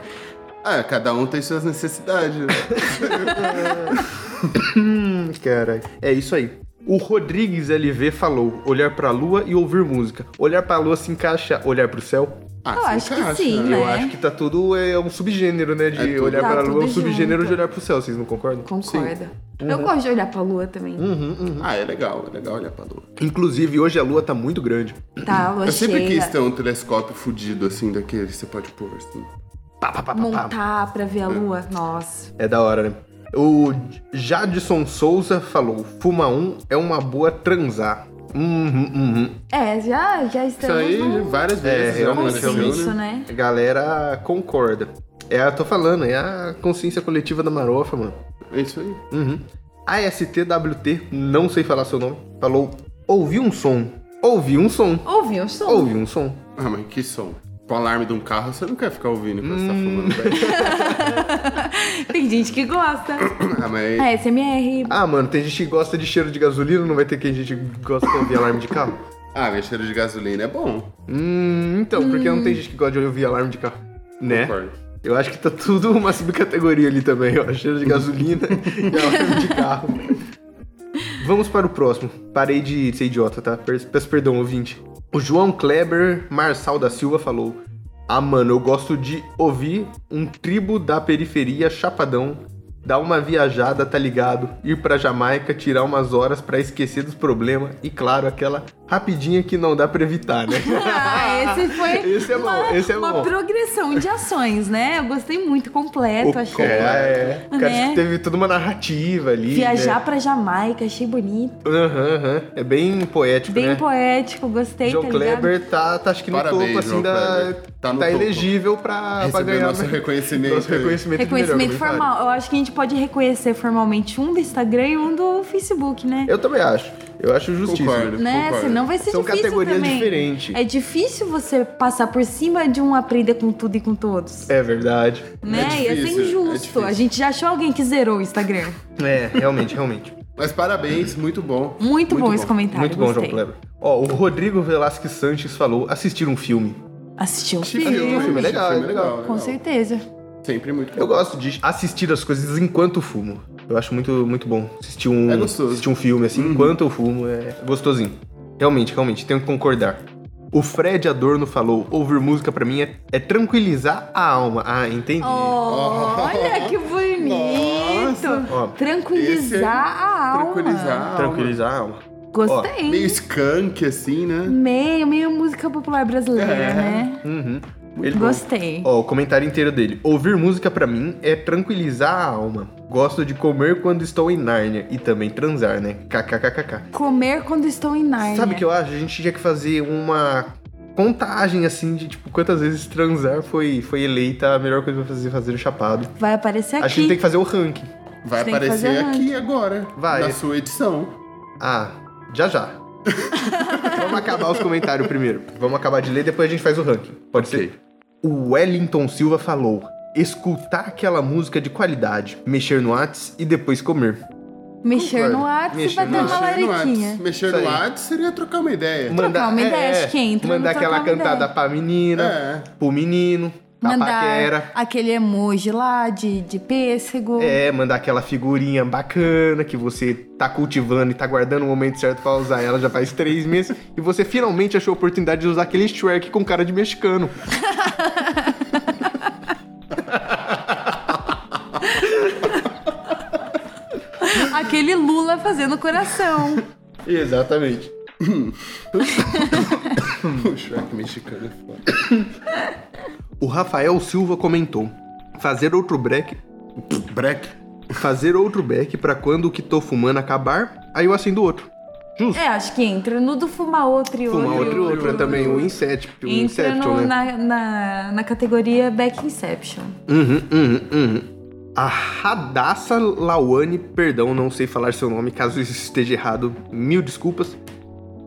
Speaker 3: Ah, cada um tem suas necessidades. né?
Speaker 1: Hum, Cara, é isso aí. O Rodrigues LV falou: olhar pra lua e ouvir música. Olhar pra lua se encaixa olhar pro céu?
Speaker 3: Ah,
Speaker 2: Eu
Speaker 3: se
Speaker 2: acho que
Speaker 3: encaixa,
Speaker 2: sim,
Speaker 3: né?
Speaker 2: né?
Speaker 1: Eu acho que tá tudo é um subgênero, né?
Speaker 3: É
Speaker 1: De
Speaker 3: tudo.
Speaker 1: olhar
Speaker 2: Tá
Speaker 1: pra lua é um
Speaker 2: tudo
Speaker 1: subgênero de
Speaker 2: junto.
Speaker 1: olhar pro céu, vocês não concordam?
Speaker 2: Concorda.
Speaker 1: Uhum.
Speaker 2: Eu gosto de olhar pra lua também.
Speaker 3: Ah, é legal, é legal olhar pra lua.
Speaker 1: Inclusive, hoje a lua tá muito grande.
Speaker 2: Tá, a lua
Speaker 3: Eu sempre
Speaker 2: cheia.
Speaker 3: quis ter um telescópio fudido, assim, daquele que você pode pôr, assim.
Speaker 1: Pá, pá, pá, pá, pá.
Speaker 2: Montar pra ver a lua. Nossa.
Speaker 1: É da hora, né? O Jadson Souza falou: fuma um é uma boa transar. Uhum, uhum.
Speaker 2: É, já, já
Speaker 3: Isso
Speaker 2: estamos
Speaker 3: aí,
Speaker 2: num
Speaker 3: várias vezes. já
Speaker 1: realmente,
Speaker 3: aconteceu,
Speaker 1: realmente.
Speaker 2: consenso, né?
Speaker 1: A galera concorda. É, eu tô falando, é a consciência coletiva da marofa, mano.
Speaker 3: É isso aí.
Speaker 1: Uhum. ASTWT, não sei falar seu nome, falou: ouvi um som. Ouvi um som.
Speaker 2: Ouviu o som?
Speaker 1: Ouvi um som.
Speaker 3: Ah, mas que som. Com o alarme de um carro, você não quer ficar ouvindo quando você tá fumando, velho.
Speaker 2: Tem gente que gosta. É,
Speaker 3: Ah, mas...
Speaker 2: A SMR.
Speaker 1: Ah, mano, tem gente que gosta de cheiro de gasolina, não vai ter quem gente que gosta de ouvir alarme de carro?
Speaker 3: Ah, mas cheiro de gasolina é bom.
Speaker 1: Hum, então, porque não tem gente que gosta de ouvir alarme de carro. Né?
Speaker 3: Concordo.
Speaker 1: Eu acho que tá tudo uma subcategoria ali também, ó. Cheiro de gasolina e alarme de carro. Vamos para o próximo. Parei de ser idiota, tá? Per- Peço perdão, ouvinte. O João Kleber Marçal da Silva falou: Ah, mano, eu gosto de ouvir um tribo da periferia chapadão, dar uma viajada, tá ligado? Ir pra Jamaica, tirar umas horas pra esquecer dos problemas e, claro, aquela rapidinha que não dá pra evitar, né?
Speaker 2: Ah, esse foi
Speaker 1: Esse é bom,
Speaker 2: uma,
Speaker 1: esse é
Speaker 2: uma
Speaker 1: bom.
Speaker 2: progressão de ações, né? Eu gostei muito, completo,
Speaker 1: O
Speaker 2: achei.
Speaker 1: cara, é. O cara disse que
Speaker 2: Né?
Speaker 1: teve toda uma narrativa ali.
Speaker 2: Viajar
Speaker 1: né?
Speaker 2: pra Jamaica, achei bonito.
Speaker 1: Aham, aham. É bem poético,
Speaker 2: Bem
Speaker 1: né?
Speaker 2: poético, gostei,
Speaker 1: João
Speaker 2: tá ligado?
Speaker 1: Kleber tá, tá acho que no
Speaker 3: Parabéns,
Speaker 1: topo, assim,
Speaker 3: João
Speaker 1: da.
Speaker 3: Kleber. Tá no topo.
Speaker 1: elegível pra, pra
Speaker 3: Receber
Speaker 1: ganhar.
Speaker 3: nosso reconhecimento
Speaker 1: Ah, Nosso
Speaker 3: aí.
Speaker 1: reconhecimento, de
Speaker 2: Reconhecimento
Speaker 1: melhor comentário.
Speaker 2: formal. Eu acho que a gente pode reconhecer formalmente um do Instagram e um do Facebook, né?
Speaker 1: Eu também acho. Eu acho justíssimo.
Speaker 3: Concordo.
Speaker 2: Né?
Speaker 3: concordo.
Speaker 2: Senão vai ser
Speaker 1: São
Speaker 2: difícil
Speaker 1: categorias
Speaker 2: também.
Speaker 1: diferentes.
Speaker 2: É difícil você passar por cima de um aprender com tudo e com todos.
Speaker 1: É verdade.
Speaker 2: Né? Ia
Speaker 3: difícil,
Speaker 2: ser
Speaker 3: é
Speaker 2: injusto.
Speaker 3: difícil.
Speaker 2: a gente já achou alguém que zerou o Instagram.
Speaker 1: É, realmente, realmente.
Speaker 3: Mas parabéns, muito bom.
Speaker 2: Muito, bom, esse comentário.
Speaker 1: Muito bom, João
Speaker 2: gostei.
Speaker 1: Kleber. Ó, o Rodrigo Velasquez Sanches falou assistir um filme.
Speaker 2: Assistir um
Speaker 3: Assistir
Speaker 2: filme.
Speaker 1: filme,
Speaker 3: filme, né?
Speaker 1: legal,
Speaker 3: filme
Speaker 1: legal.
Speaker 2: Com certeza.
Speaker 3: Sempre muito
Speaker 1: Eu
Speaker 3: bom.
Speaker 1: gosto de assistir as coisas enquanto fumo. Eu acho muito, muito bom assistir um,
Speaker 3: É gostoso.
Speaker 1: assistir um filme assim, enquanto eu fumo, é gostosinho. Realmente, realmente, tenho que concordar. O Fred Adorno falou: ouvir música pra mim é, é tranquilizar a alma. Ah, entendi.
Speaker 2: Oh. Olha que bonito.
Speaker 3: Nossa.
Speaker 1: Ó,
Speaker 3: Esse é
Speaker 2: Tranquilizar a alma.
Speaker 3: Tranquilizar.
Speaker 1: tranquilizar a alma.
Speaker 2: Gostei.
Speaker 3: Meio skunk, assim, né?
Speaker 2: Meio, meio música popular brasileira,
Speaker 3: É.
Speaker 2: né?
Speaker 1: Uhum.
Speaker 2: Gostei.
Speaker 1: Ó, o comentário inteiro dele. Ouvir música pra mim é tranquilizar a alma. Gosto de comer quando estou em Nárnia e também transar, né? KKKKK.
Speaker 2: Comer quando estou em Nárnia.
Speaker 1: Sabe o que eu acho? A gente tinha que fazer uma contagem, assim, de tipo, quantas vezes transar foi, foi eleita a melhor coisa pra fazer, fazer o chapado.
Speaker 2: Vai aparecer
Speaker 1: Acho que a gente tem
Speaker 2: aqui.
Speaker 1: que fazer o ranking.
Speaker 3: Vai
Speaker 2: Você tem que
Speaker 3: aparecer
Speaker 2: fazer
Speaker 3: aqui agora.
Speaker 1: Vai.
Speaker 3: Na sua edição.
Speaker 1: Ah, já já. Vamos acabar os comentários primeiro. Vamos acabar de ler, depois a gente faz o ranking. Pode ser? O Wellington Silva falou: escutar aquela música de qualidade, mexer no Whats e depois comer.
Speaker 2: Mexer no
Speaker 1: Concordo.
Speaker 2: WhatsApp
Speaker 1: Mexer
Speaker 2: vai
Speaker 1: no
Speaker 2: ter uma
Speaker 1: WhatsApp.
Speaker 3: Mexer no Whats.
Speaker 2: lariquinha.
Speaker 3: Mexer
Speaker 1: Isso
Speaker 3: no
Speaker 1: aí.
Speaker 3: Whats seria trocar uma ideia.
Speaker 2: uma ideia, acho que entra no
Speaker 1: é, Mandar
Speaker 2: trocar
Speaker 1: aquela
Speaker 2: uma
Speaker 1: cantada
Speaker 2: ideia.
Speaker 1: pra menina,
Speaker 3: É.
Speaker 1: pro menino, pra paquera.
Speaker 2: Mandar aquele emoji lá de, de pêssego.
Speaker 1: É, mandar aquela figurinha bacana que você tá cultivando e tá guardando o momento certo pra usar ela já faz três meses e você finalmente achou a oportunidade de usar aquele Shrek com cara de mexicano.
Speaker 2: Aquele Lula fazendo coração.
Speaker 1: Exatamente.
Speaker 3: O Shrek mexicano é foda.
Speaker 1: O Rafael Silva comentou: fazer outro break,
Speaker 3: Breck.
Speaker 1: fazer outro break pra quando o que tô fumando acabar, aí eu acendo outro. Justo.
Speaker 2: é, acho que entra no do fumar outro e outro.
Speaker 1: Fumar
Speaker 2: e
Speaker 1: outro, outro, é também o
Speaker 2: outro.
Speaker 1: Incept, o
Speaker 2: Entra
Speaker 1: Inception,
Speaker 2: no,
Speaker 1: né?
Speaker 2: na, na, na categoria Back Inception.
Speaker 1: Uhum, uhum, uhum. A Radassa Lawane, perdão, não sei falar seu nome, caso isso esteja errado, mil desculpas.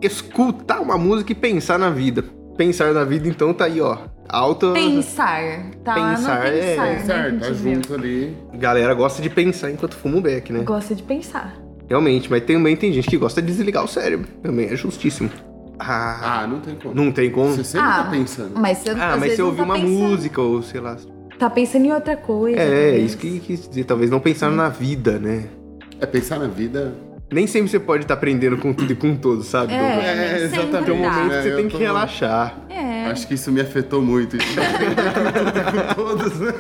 Speaker 1: Escutar uma música e pensar na vida. Pensar da vida, então, tá aí, ó. Alta.
Speaker 2: Pensar. Tá
Speaker 1: Pensar,
Speaker 2: no
Speaker 1: é,
Speaker 2: pensar. né,
Speaker 3: Pensar,
Speaker 2: que a
Speaker 3: tá
Speaker 2: gente viu.
Speaker 3: junto ali.
Speaker 1: Galera gosta de pensar enquanto fuma um beck, né?
Speaker 2: Gosta de pensar.
Speaker 1: Realmente, mas também tem gente que gosta de desligar o cérebro. Também é justíssimo. Ah,
Speaker 3: Ah, não tem como.
Speaker 1: não tem como.
Speaker 3: Você sempre tá
Speaker 2: Ah.
Speaker 3: pensando.
Speaker 2: Mas você,
Speaker 1: Ah, mas
Speaker 2: às vezes
Speaker 1: você
Speaker 2: não
Speaker 1: ouviu
Speaker 2: tá
Speaker 1: uma
Speaker 2: pensando.
Speaker 1: música, ou sei lá.
Speaker 2: Tá pensando em outra coisa.
Speaker 1: É,
Speaker 2: talvez.
Speaker 1: isso que quis dizer. Talvez não
Speaker 2: Hum.
Speaker 1: pensando na vida, né?
Speaker 3: É pensar na vida.
Speaker 1: Nem sempre você pode estar aprendendo com tudo e com todos, sabe?
Speaker 2: É,
Speaker 1: Douglas?
Speaker 2: nem
Speaker 3: É,
Speaker 2: sempre
Speaker 3: exatamente.
Speaker 1: Tem um
Speaker 2: dá.
Speaker 1: momento
Speaker 3: É,
Speaker 1: que você
Speaker 3: eu
Speaker 1: tem
Speaker 3: tô-
Speaker 1: que relaxar.
Speaker 2: É.
Speaker 3: Acho que isso me afetou muito. isso me afetou com todos, né?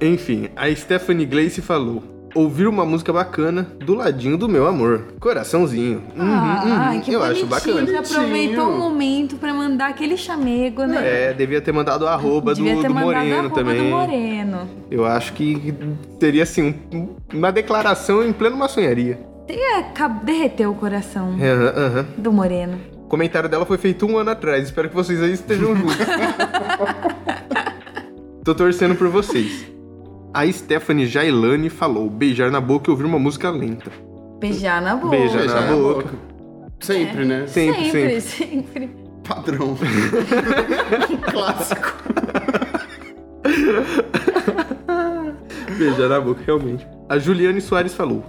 Speaker 1: Enfim, a Stephanie Glace falou. Ouvir uma música bacana do ladinho do meu amor. Coraçãozinho. Uhum, uhum,
Speaker 2: Ah, que
Speaker 1: eu
Speaker 2: bonitinho.
Speaker 1: acho bacana.
Speaker 2: Já aproveitou o
Speaker 3: Bonitinho.
Speaker 2: momento pra mandar aquele chamego, né?
Speaker 1: É, devia ter mandado o arroba do,
Speaker 2: Devia ter
Speaker 1: do
Speaker 2: mandado
Speaker 1: Moreno
Speaker 2: a roupa
Speaker 1: também.
Speaker 2: do Moreno.
Speaker 1: Eu acho que teria, assim, um- uma declaração em pleno maçonharia.
Speaker 2: É, acab- derreteu o coração
Speaker 1: É, aham.
Speaker 2: do Moreno.
Speaker 1: O comentário dela foi feito um ano atrás. Espero que vocês aí estejam juntos. Tô torcendo por vocês. A Stephanie Jailane falou: beijar na boca e ouvir uma música lenta.
Speaker 2: Beijar na boca.
Speaker 1: Beijar
Speaker 3: Beijar
Speaker 1: na
Speaker 3: na boca. é
Speaker 2: É.
Speaker 3: Sempre, né?
Speaker 1: tá Sempre, sempre.
Speaker 2: sempre. sempre.
Speaker 3: Padrão. Clássico.
Speaker 1: Beijar na boca, realmente. A Juliane Soares falou: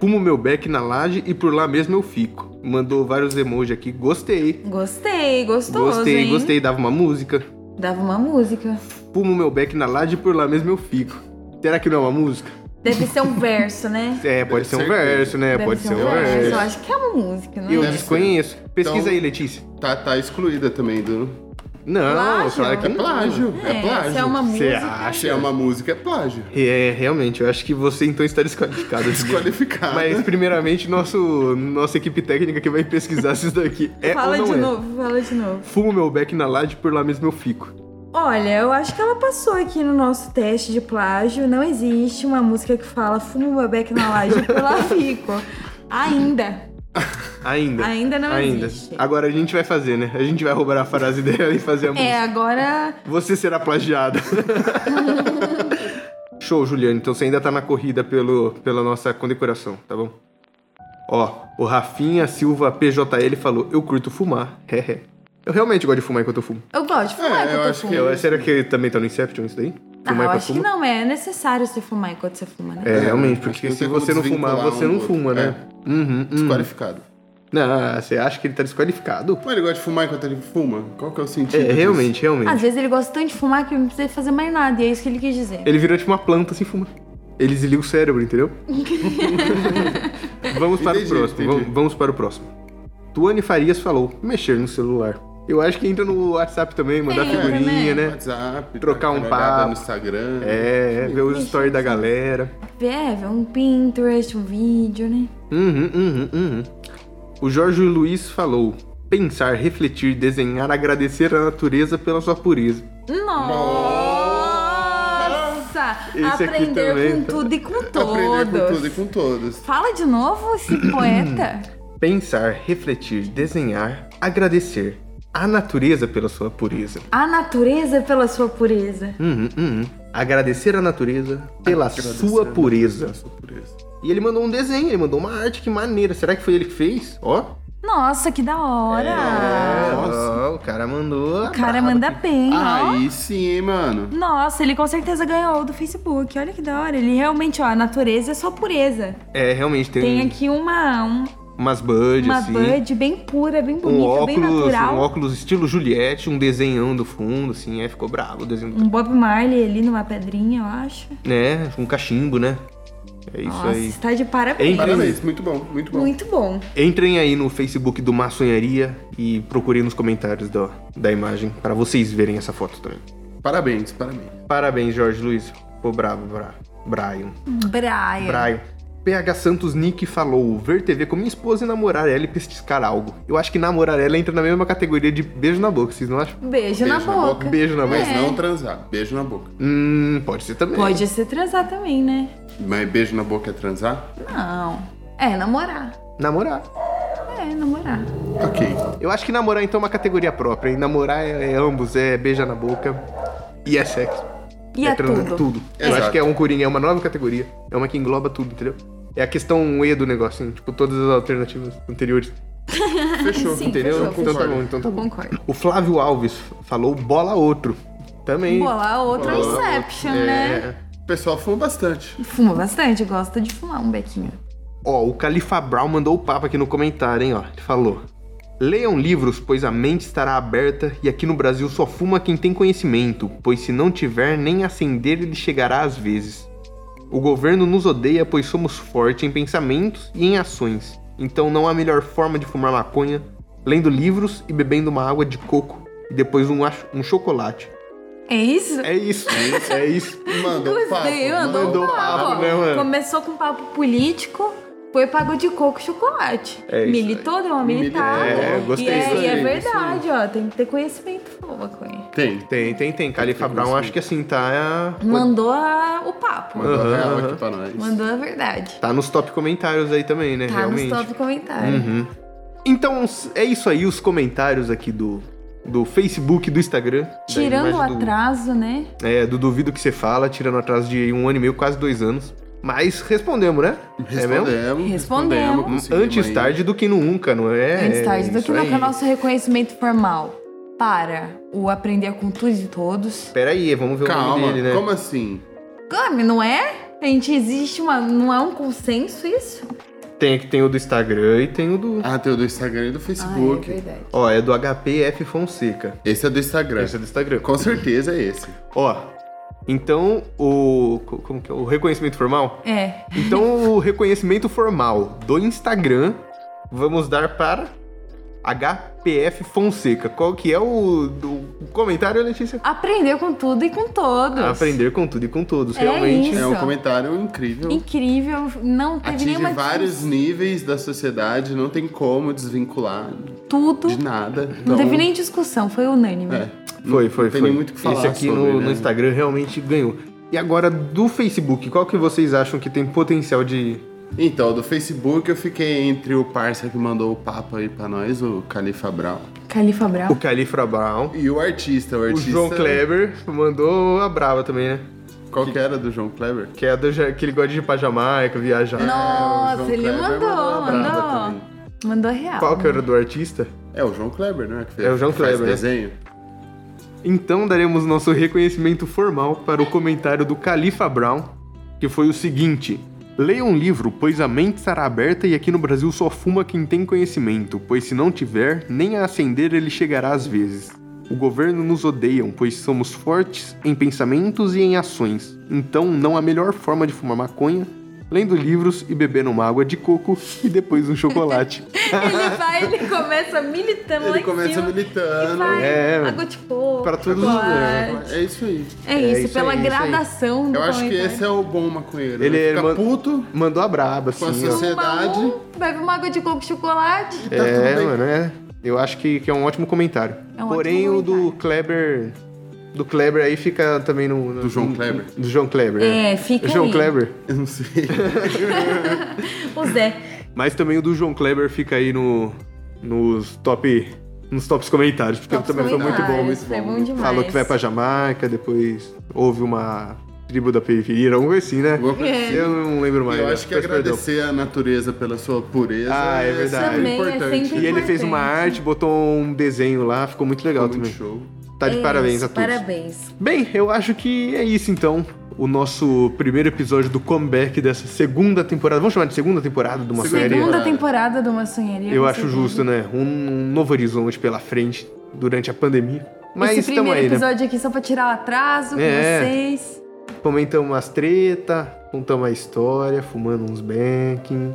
Speaker 1: Fumo meu beck na laje e por lá mesmo eu fico. Mandou vários emojis aqui. Gostei.
Speaker 2: Gostei, gostoso,
Speaker 1: gostei,
Speaker 2: hein?
Speaker 1: gostei. Dava uma música.
Speaker 2: Dava uma música.
Speaker 1: Fumo meu beck na laje e por lá mesmo eu fico. Será que não é uma música?
Speaker 2: Deve ser um verso, né?
Speaker 1: É, pode
Speaker 3: Deve
Speaker 1: ser um
Speaker 3: ser.
Speaker 1: verso, né?
Speaker 2: Deve
Speaker 1: pode ser um
Speaker 2: Eu
Speaker 1: verso.
Speaker 2: acho que é uma música, né?
Speaker 1: Eu
Speaker 3: Deve
Speaker 1: desconheço. Pesquisa
Speaker 3: Então-
Speaker 1: aí, Letícia.
Speaker 3: Tá, tá excluída também do.
Speaker 1: Não,
Speaker 2: Plágio?
Speaker 1: claro que
Speaker 3: É
Speaker 1: não.
Speaker 3: plágio.
Speaker 2: É,
Speaker 3: É, plágio.
Speaker 2: se é uma
Speaker 1: Você
Speaker 2: música.
Speaker 1: acha?
Speaker 3: Se é uma música, é plágio.
Speaker 1: É, realmente, eu acho que você então está desqualificado.
Speaker 3: Desqualificada.
Speaker 1: Mas hum. primeiramente, nosso, nossa equipe técnica que vai pesquisar se isso daqui é
Speaker 2: fala
Speaker 1: ou não
Speaker 2: de
Speaker 1: é.
Speaker 2: novo, fala de novo.
Speaker 1: Fumo meu beck na laje, por lá mesmo eu fico.
Speaker 2: Olha, eu acho que ela passou aqui no nosso teste de plágio. Não existe uma música que fala fumo meu beck na laje por lá fico. Ainda.
Speaker 1: Ainda.
Speaker 2: Ainda não
Speaker 1: Ainda.
Speaker 2: existe.
Speaker 1: Agora a gente vai fazer, né? A gente vai roubar a frase dela e fazer a
Speaker 2: É,
Speaker 1: música.
Speaker 2: agora.
Speaker 1: Você será plagiado. Show, Juliano. Então você ainda tá na corrida pelo, pela nossa condecoração, tá bom? Ó, o Rafinha Silva PJL falou: Eu curto fumar. eu realmente gosto de fumar enquanto eu fumo.
Speaker 2: Eu gosto de fumar
Speaker 3: É,
Speaker 2: enquanto
Speaker 3: eu
Speaker 2: eu,
Speaker 3: acho
Speaker 2: fumo.
Speaker 3: que
Speaker 1: Eu, será que também tá no Inception isso daí?
Speaker 2: Ah,
Speaker 1: Fumar
Speaker 2: eu
Speaker 1: enquanto
Speaker 2: acho que
Speaker 1: fumo?
Speaker 2: não, é necessário você fumar enquanto você fuma, né?
Speaker 1: É, realmente,
Speaker 3: acho que
Speaker 1: porque
Speaker 3: não
Speaker 1: se
Speaker 3: tem como
Speaker 1: você não fumar,
Speaker 3: desvincular
Speaker 1: você
Speaker 3: um
Speaker 1: não
Speaker 3: do
Speaker 1: fuma,
Speaker 3: outro.
Speaker 1: né? Uhum, uhum.
Speaker 3: Desqualificado.
Speaker 1: Não, você acha que ele tá desqualificado?
Speaker 3: Mas ele gosta de fumar enquanto ele fuma? Qual que é o
Speaker 1: É,
Speaker 3: sentido? disso?
Speaker 1: realmente, realmente.
Speaker 2: Às vezes ele gosta tanto de fumar que não precisa fazer mais nada, e é isso que ele quis dizer.
Speaker 1: Ele virou tipo uma planta sem fumar. Ele desliga o cérebro, entendeu? vamos para
Speaker 3: Entendi,
Speaker 1: o próximo.
Speaker 3: entendi.
Speaker 1: Vamos, vamos para o próximo. Tuane Farias falou: mexer no celular. Eu acho que entra no WhatsApp também, mandar
Speaker 2: Entra,
Speaker 1: figurinha,
Speaker 2: né?
Speaker 1: né?
Speaker 3: WhatsApp,
Speaker 1: Trocar um
Speaker 3: dar uma olhada
Speaker 1: papo.
Speaker 3: no Instagram.
Speaker 1: É, ver os stories da galera.
Speaker 2: É, vê um Pinterest, um vídeo, né?
Speaker 1: Uhum, uhum, uhum. O Jorge Luiz falou: pensar, refletir, desenhar, agradecer à natureza pela sua pureza.
Speaker 2: Nossa!
Speaker 1: Esse aqui
Speaker 2: Aprender
Speaker 1: também,
Speaker 2: com
Speaker 1: tá?
Speaker 2: tudo e com
Speaker 3: Aprender com tudo e
Speaker 2: todos.
Speaker 3: com todos.
Speaker 2: Fala de novo esse poeta.
Speaker 1: Pensar, refletir, desenhar, agradecer à natureza pela sua pureza.
Speaker 2: A natureza pela sua pureza.
Speaker 1: Uhum, uhum. Agradecer à natureza pela sua pureza.
Speaker 3: Sua pureza.
Speaker 1: E ele mandou um desenho, ele mandou uma arte, que maneira. Será que foi ele que fez? Ó.
Speaker 2: Nossa, que da hora!
Speaker 1: É. Nossa. o cara mandou.
Speaker 2: O cara manda bem, ó.
Speaker 3: Aí sim, hein, mano.
Speaker 2: Nossa, ele com certeza ganhou do Facebook. Olha que da hora. Ele realmente, ó, a natureza é só pureza.
Speaker 1: É, realmente tem,
Speaker 2: Tem aqui uma, um-
Speaker 1: umas buds,
Speaker 2: uma
Speaker 1: assim.
Speaker 2: bud bem pura, bem
Speaker 1: um
Speaker 2: bonita, bem
Speaker 1: óculos, um
Speaker 2: natural.
Speaker 1: óculos estilo Juliette, um desenhão do fundo, assim, é, ficou brabo o desenho. do-
Speaker 2: Um Bob Marley ali numa pedrinha, eu acho.
Speaker 1: Né? Um cachimbo, né? É isso
Speaker 2: Nossa,
Speaker 1: aí.
Speaker 2: está de parabéns.
Speaker 1: Entra-
Speaker 3: Parabéns, muito bom, muito bom.
Speaker 2: Muito bom.
Speaker 1: Entrem aí no Facebook do Maçonharia e procurem nos comentários da, da imagem pra vocês verem essa foto também.
Speaker 3: Parabéns, parabéns.
Speaker 1: Parabéns, Jorge Luiz. Pô, brabo, bra... Brian.
Speaker 2: Brian.
Speaker 1: Brian. PH Santos Nick falou: ver TV com minha esposa e namorar ela e pesquisar algo. Eu acho que namorar ela entra na mesma categoria de beijo na boca, vocês não acham?
Speaker 2: Beijo, na
Speaker 3: Beijo na boca.
Speaker 2: boca.
Speaker 1: Beijo na boca.
Speaker 3: Mas
Speaker 2: É.
Speaker 3: não transar. Beijo na boca.
Speaker 1: Hum, pode ser também.
Speaker 2: Pode ser transar também, né?
Speaker 3: Mas beijo na boca é transar?
Speaker 2: Não. É, namorar.
Speaker 1: Namorar.
Speaker 2: É, namorar.
Speaker 3: Ok.
Speaker 1: Eu acho que namorar então é uma categoria própria. E namorar é, é ambos, é beija na boca e é sexo.
Speaker 2: E é,
Speaker 1: transar,
Speaker 2: tudo.
Speaker 1: Eu
Speaker 3: Exato.
Speaker 1: acho que é um coringa, é uma nova categoria. É uma que engloba tudo, entendeu? É a questão E do negócio, assim, tipo, todas as alternativas anteriores.
Speaker 3: Fechou,
Speaker 2: Sim,
Speaker 1: Entendeu?
Speaker 2: fechou,
Speaker 1: então tá
Speaker 3: concordo.
Speaker 1: bom, então tá bom.
Speaker 2: Concordo.
Speaker 1: O Flávio Alves falou bola outro. Também.
Speaker 2: Bolar outra
Speaker 3: Bolar outra,
Speaker 2: Inception, né?
Speaker 1: É.
Speaker 3: O pessoal fuma bastante.
Speaker 2: Fuma bastante, gosta de fumar um bequinho.
Speaker 1: Ó, o Califa Brown mandou o papo aqui no comentário, hein, ó. Ele falou: Leiam livros, pois a mente estará aberta e aqui no Brasil só fuma quem tem conhecimento, pois se não tiver, nem acender ele chegará às vezes. O governo nos odeia, pois somos fortes em pensamentos e em ações. Então não há melhor forma de fumar maconha lendo livros e bebendo uma água de coco e depois um, ach- um chocolate.
Speaker 2: É isso?
Speaker 1: É isso, é isso.
Speaker 3: Mandou papo.
Speaker 2: Gostei, mandou,
Speaker 1: mandou
Speaker 2: um papo.
Speaker 1: né? papo, né, mano?
Speaker 2: Começou com papo político, foi pago de coco e chocolate.
Speaker 1: É isso
Speaker 2: Militou, deu uma
Speaker 3: Mili-
Speaker 2: militada.
Speaker 1: É, gostei
Speaker 2: E é,
Speaker 1: disso
Speaker 2: e é
Speaker 1: aí, isso
Speaker 2: verdade, ó, tem que ter conhecimento, pô, maconha.
Speaker 3: Tem.
Speaker 1: Tem, tem, tem. Califa Brown acho que assim tá.
Speaker 2: Mandou a- o papo,
Speaker 3: Mandou
Speaker 1: Aham,
Speaker 3: a real
Speaker 1: aham.
Speaker 3: aqui pra nós.
Speaker 2: mandou a verdade.
Speaker 1: Tá nos top comentários aí também, né?
Speaker 2: Tá
Speaker 1: Realmente.
Speaker 2: nos top comentários.
Speaker 1: Uhum. Então é isso aí, os comentários aqui do, do Facebook, do Instagram. da
Speaker 2: Tirando o
Speaker 1: imagem do-
Speaker 2: atraso, né?
Speaker 1: É, do Duvido Que Você Fala, tirando atraso de um ano e meio, quase dois anos. Mas respondemos, né? É mesmo? Hum,
Speaker 3: Respondemos.
Speaker 2: Respondemos.
Speaker 3: conseguimos
Speaker 1: Antes
Speaker 3: aí.
Speaker 1: tarde do que nunca, não é?
Speaker 2: Antes tarde do
Speaker 1: isso
Speaker 2: que nunca,
Speaker 1: aí.
Speaker 2: nosso reconhecimento formal para o aprender com tudo e todos.
Speaker 1: Pera aí, vamos ver o
Speaker 3: Calma,
Speaker 1: nome dele, né?
Speaker 3: como assim?
Speaker 2: Come, não é? A gente existe uma. Não é um consenso isso?
Speaker 1: Tem, tem o do Instagram e tem o do...
Speaker 3: Ah, tem o do Instagram e do
Speaker 2: Ah, é
Speaker 3: Facebook.
Speaker 2: verdade.
Speaker 1: Ó, é do HPF Fonseca.
Speaker 3: esse é do Instagram.
Speaker 1: Esse é do Instagram.
Speaker 3: Com certeza é esse.
Speaker 1: Ó, então o... Como que é? O reconhecimento formal?
Speaker 2: É.
Speaker 1: Então, o reconhecimento formal do Instagram vamos dar para HPF Fonseca. Qual que é o, do- o comentário, Letícia?
Speaker 2: Aprender com tudo e com todos.
Speaker 1: Aprender com tudo e com todos,
Speaker 2: É
Speaker 1: realmente.
Speaker 2: Isso.
Speaker 3: É um comentário incrível.
Speaker 2: Incrível, não teve
Speaker 3: Atinge
Speaker 2: nenhuma
Speaker 3: vários
Speaker 2: discussão,
Speaker 3: níveis da sociedade, não tem como desvincular
Speaker 2: tudo.
Speaker 3: de nada.
Speaker 2: Não
Speaker 3: Então,
Speaker 2: teve nem discussão, foi unânime.
Speaker 3: É,
Speaker 1: Foi, foi,
Speaker 3: não tem
Speaker 1: foi.
Speaker 3: nem muito o que falar
Speaker 1: Esse aqui
Speaker 3: sobre,
Speaker 1: no,
Speaker 3: né?
Speaker 1: no Instagram realmente ganhou. E agora, do Facebook, qual que vocês acham que tem potencial de...
Speaker 3: Então, do Facebook eu fiquei entre o parça que mandou o papo aí pra nós, o Califa Brown,
Speaker 2: Califa Brau.
Speaker 1: O Califra Brown.
Speaker 3: e o artista, o
Speaker 1: O
Speaker 3: artista...
Speaker 1: João Kleber mandou a brava também, né?
Speaker 3: Qual que era do João Kleber?
Speaker 1: Que é do, que ele gosta de ir pra Jamaica, viajar.
Speaker 3: É, o João
Speaker 2: Nossa, ele
Speaker 3: Kleber
Speaker 2: mandou,
Speaker 3: mandou a brava
Speaker 2: mandou. Mandou real.
Speaker 1: Qual que era do artista?
Speaker 3: É o João Kleber, né? Que fez,
Speaker 1: É o João
Speaker 3: que faz
Speaker 1: Kleber, né?
Speaker 3: desenho.
Speaker 1: Então daremos nosso reconhecimento formal para o comentário do Califa Brown, que foi o seguinte: Leia um livro, pois a mente estará aberta e aqui no Brasil só fuma quem tem conhecimento, pois se não tiver, nem a acender ele chegará às vezes. O governo nos odeiam, pois somos fortes em pensamentos e em ações. Então não há melhor forma de fumar maconha lendo livros e bebendo uma água de coco e depois um chocolate.
Speaker 2: Ele vai, ele começa militando lá
Speaker 3: Ele
Speaker 2: em
Speaker 3: começa
Speaker 2: cima. E
Speaker 3: militando.
Speaker 2: vai,
Speaker 1: É,
Speaker 2: água de coco.
Speaker 1: pra todos os
Speaker 2: chocolate.
Speaker 3: É isso aí.
Speaker 2: É isso,
Speaker 1: né? isso
Speaker 2: pela
Speaker 1: aí, isso aí.
Speaker 2: gradação do
Speaker 3: Eu acho que
Speaker 2: comentário.
Speaker 3: esse é o bom maconheiro. né?
Speaker 1: Ele
Speaker 3: fica
Speaker 1: man-
Speaker 3: puto,
Speaker 1: Mandou a braba, assim.
Speaker 3: Com é a
Speaker 1: ó.
Speaker 3: sociedade.
Speaker 2: Toma um, bebe uma água de coco e chocolate.
Speaker 3: tá
Speaker 1: É,
Speaker 3: tudo bem.
Speaker 1: mano, é. Eu acho que, que é um ótimo comentário.
Speaker 2: É um
Speaker 1: Porém,
Speaker 2: ótimo
Speaker 1: o do Kleber. Do Kleber aí fica também no. no-
Speaker 3: Do João Kleber?
Speaker 1: Do João Kleber.
Speaker 2: É, fica
Speaker 1: João
Speaker 2: aí.
Speaker 1: Kleber.
Speaker 3: Eu não sei.
Speaker 2: O Zé.
Speaker 1: Mas também o do João Kleber fica aí no. Nos top. Nos tops comentários, porque
Speaker 2: Tops
Speaker 1: também foi muito bom.
Speaker 2: comentários,
Speaker 3: muito
Speaker 2: Foi
Speaker 3: bom.
Speaker 2: é bom demais.
Speaker 1: Falou que vai pra Jamaica, depois houve uma tribo da periferia, alguma coisa assim, né?
Speaker 3: Alguma coisa
Speaker 2: assim.
Speaker 1: Eu não lembro mais.
Speaker 3: Eu
Speaker 1: né?
Speaker 3: acho que
Speaker 1: Peço perdão.
Speaker 3: agradecer à natureza pela sua pureza
Speaker 1: Ah, é verdade.
Speaker 3: sempre
Speaker 2: Também é
Speaker 3: importante.
Speaker 2: sempre
Speaker 1: E ele fez uma arte, botou um desenho lá, ficou muito legal
Speaker 3: Muito
Speaker 1: também.
Speaker 3: show.
Speaker 1: Tá de
Speaker 2: É
Speaker 1: parabéns
Speaker 2: isso,
Speaker 1: a todos.
Speaker 2: Parabéns.
Speaker 1: Bem, eu acho que é isso então. O nosso primeiro episódio do comeback dessa segunda temporada. Vamos chamar de segunda temporada de uma
Speaker 3: Segunda.
Speaker 1: série?
Speaker 2: Segunda temporada do Maçonharia.
Speaker 1: Eu
Speaker 2: com
Speaker 1: acho
Speaker 2: certeza.
Speaker 1: justo, né? Um, um novo horizonte pela frente durante a pandemia. Mas
Speaker 2: Esse
Speaker 1: estamos
Speaker 2: primeiro
Speaker 1: aí, né?
Speaker 2: episódio aqui só pra tirar o atraso
Speaker 1: É.
Speaker 2: com vocês.
Speaker 1: Comentamos as treta, contamos a história, fumando uns banking.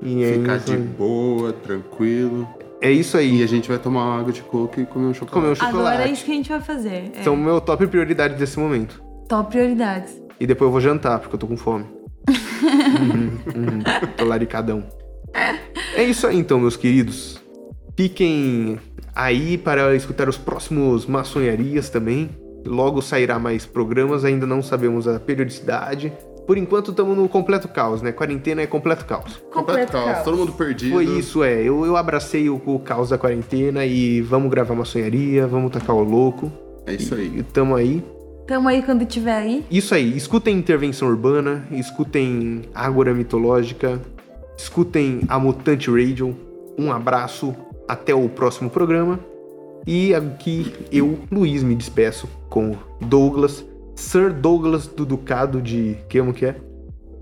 Speaker 1: E é
Speaker 3: Ficar
Speaker 1: isso,
Speaker 3: de
Speaker 1: aí.
Speaker 3: boa, tranquilo.
Speaker 1: é isso
Speaker 3: E
Speaker 1: aí.
Speaker 3: a gente vai tomar uma água de coco e comer um
Speaker 1: Comer um
Speaker 3: chocolate.
Speaker 1: chocolate.
Speaker 2: Agora é isso que a gente vai fazer. É.
Speaker 1: São meu top prioridade desse momento.
Speaker 2: Top prioridades.
Speaker 1: E depois eu vou jantar, porque eu tô com fome. Uhum, uhum. Tô laricadão. É isso aí então, meus queridos. Fiquem aí para escutar os próximos maçonharias também. Logo sairá mais programas, ainda não sabemos a periodicidade. Por enquanto estamos no completo caos, né? Quarentena é completo caos.
Speaker 2: Completo caos.
Speaker 3: Todo mundo perdido.
Speaker 1: Foi isso, é. Eu, eu abracei o, o caos da quarentena e vamos gravar maçonharia, vamos tacar o louco.
Speaker 3: É isso aí.
Speaker 1: E tamo aí.
Speaker 2: Tamo aí quando tiver aí.
Speaker 1: Isso aí, escutem Intervenção Urbana, escutem Ágora Mitológica, escutem a Mutante Radio, Um abraço, até o próximo programa. E aqui eu, Luiz, me despeço com Douglas, Sir Douglas do Ducado de. Como que é?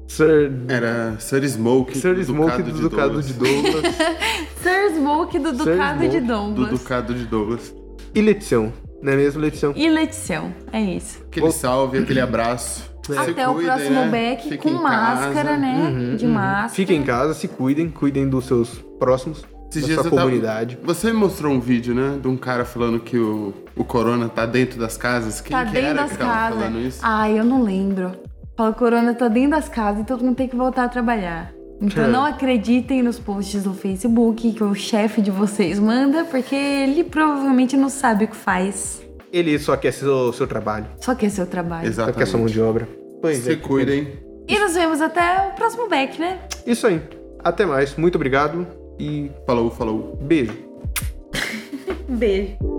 Speaker 1: Sir.
Speaker 3: Era Sir Smoke.
Speaker 1: Sir
Speaker 3: do
Speaker 1: Smoke
Speaker 3: Ducado
Speaker 1: do
Speaker 3: de
Speaker 1: Ducado
Speaker 3: Douglas.
Speaker 1: de Douglas.
Speaker 2: Sir Smoke do
Speaker 1: Sir
Speaker 2: Ducado de
Speaker 1: Smoke do
Speaker 3: do
Speaker 2: Douglas.
Speaker 3: Ducado de Douglas.
Speaker 1: e Letição. Não é mesmo, Letição?
Speaker 2: E Letição. É isso.
Speaker 3: Aquele
Speaker 1: Bom-
Speaker 3: salve, aquele abraço. Se
Speaker 2: Até o
Speaker 3: cuidem,
Speaker 2: próximo
Speaker 3: né?
Speaker 2: back
Speaker 3: Fiquem
Speaker 2: com
Speaker 3: em casa.
Speaker 2: máscara, né?
Speaker 1: Uhum,
Speaker 2: de
Speaker 1: uhum.
Speaker 2: máscara.
Speaker 1: Fiquem em casa, se cuidem, cuidem dos seus próximos,
Speaker 3: Esses
Speaker 1: da
Speaker 3: dias
Speaker 1: sua
Speaker 3: eu tava-
Speaker 1: comunidade.
Speaker 3: Você me mostrou um vídeo, né? De um cara falando que o, o corona tá dentro das casas. Quem
Speaker 2: Tá
Speaker 3: que
Speaker 2: dentro
Speaker 3: era
Speaker 2: das
Speaker 3: que tava
Speaker 2: casas.
Speaker 3: falando isso?
Speaker 2: Ai, eu não lembro. Fala, Corona tá dentro das casas, então não tem que voltar a trabalhar. Então
Speaker 1: É.
Speaker 2: não acreditem nos posts do Facebook que o chefe de vocês manda, porque ele provavelmente não sabe o que faz.
Speaker 1: Ele só quer seu, seu trabalho,
Speaker 2: Só que é seu trabalho.
Speaker 1: só quer sua mão
Speaker 3: Exatamente.
Speaker 1: de obra. Pois
Speaker 3: Se
Speaker 1: é.
Speaker 3: cuidem.
Speaker 2: E nos vemos até o próximo back, né?
Speaker 1: Isso aí. Até mais. Muito obrigado e
Speaker 3: Falou, falou.
Speaker 1: beijo.
Speaker 2: Beijo.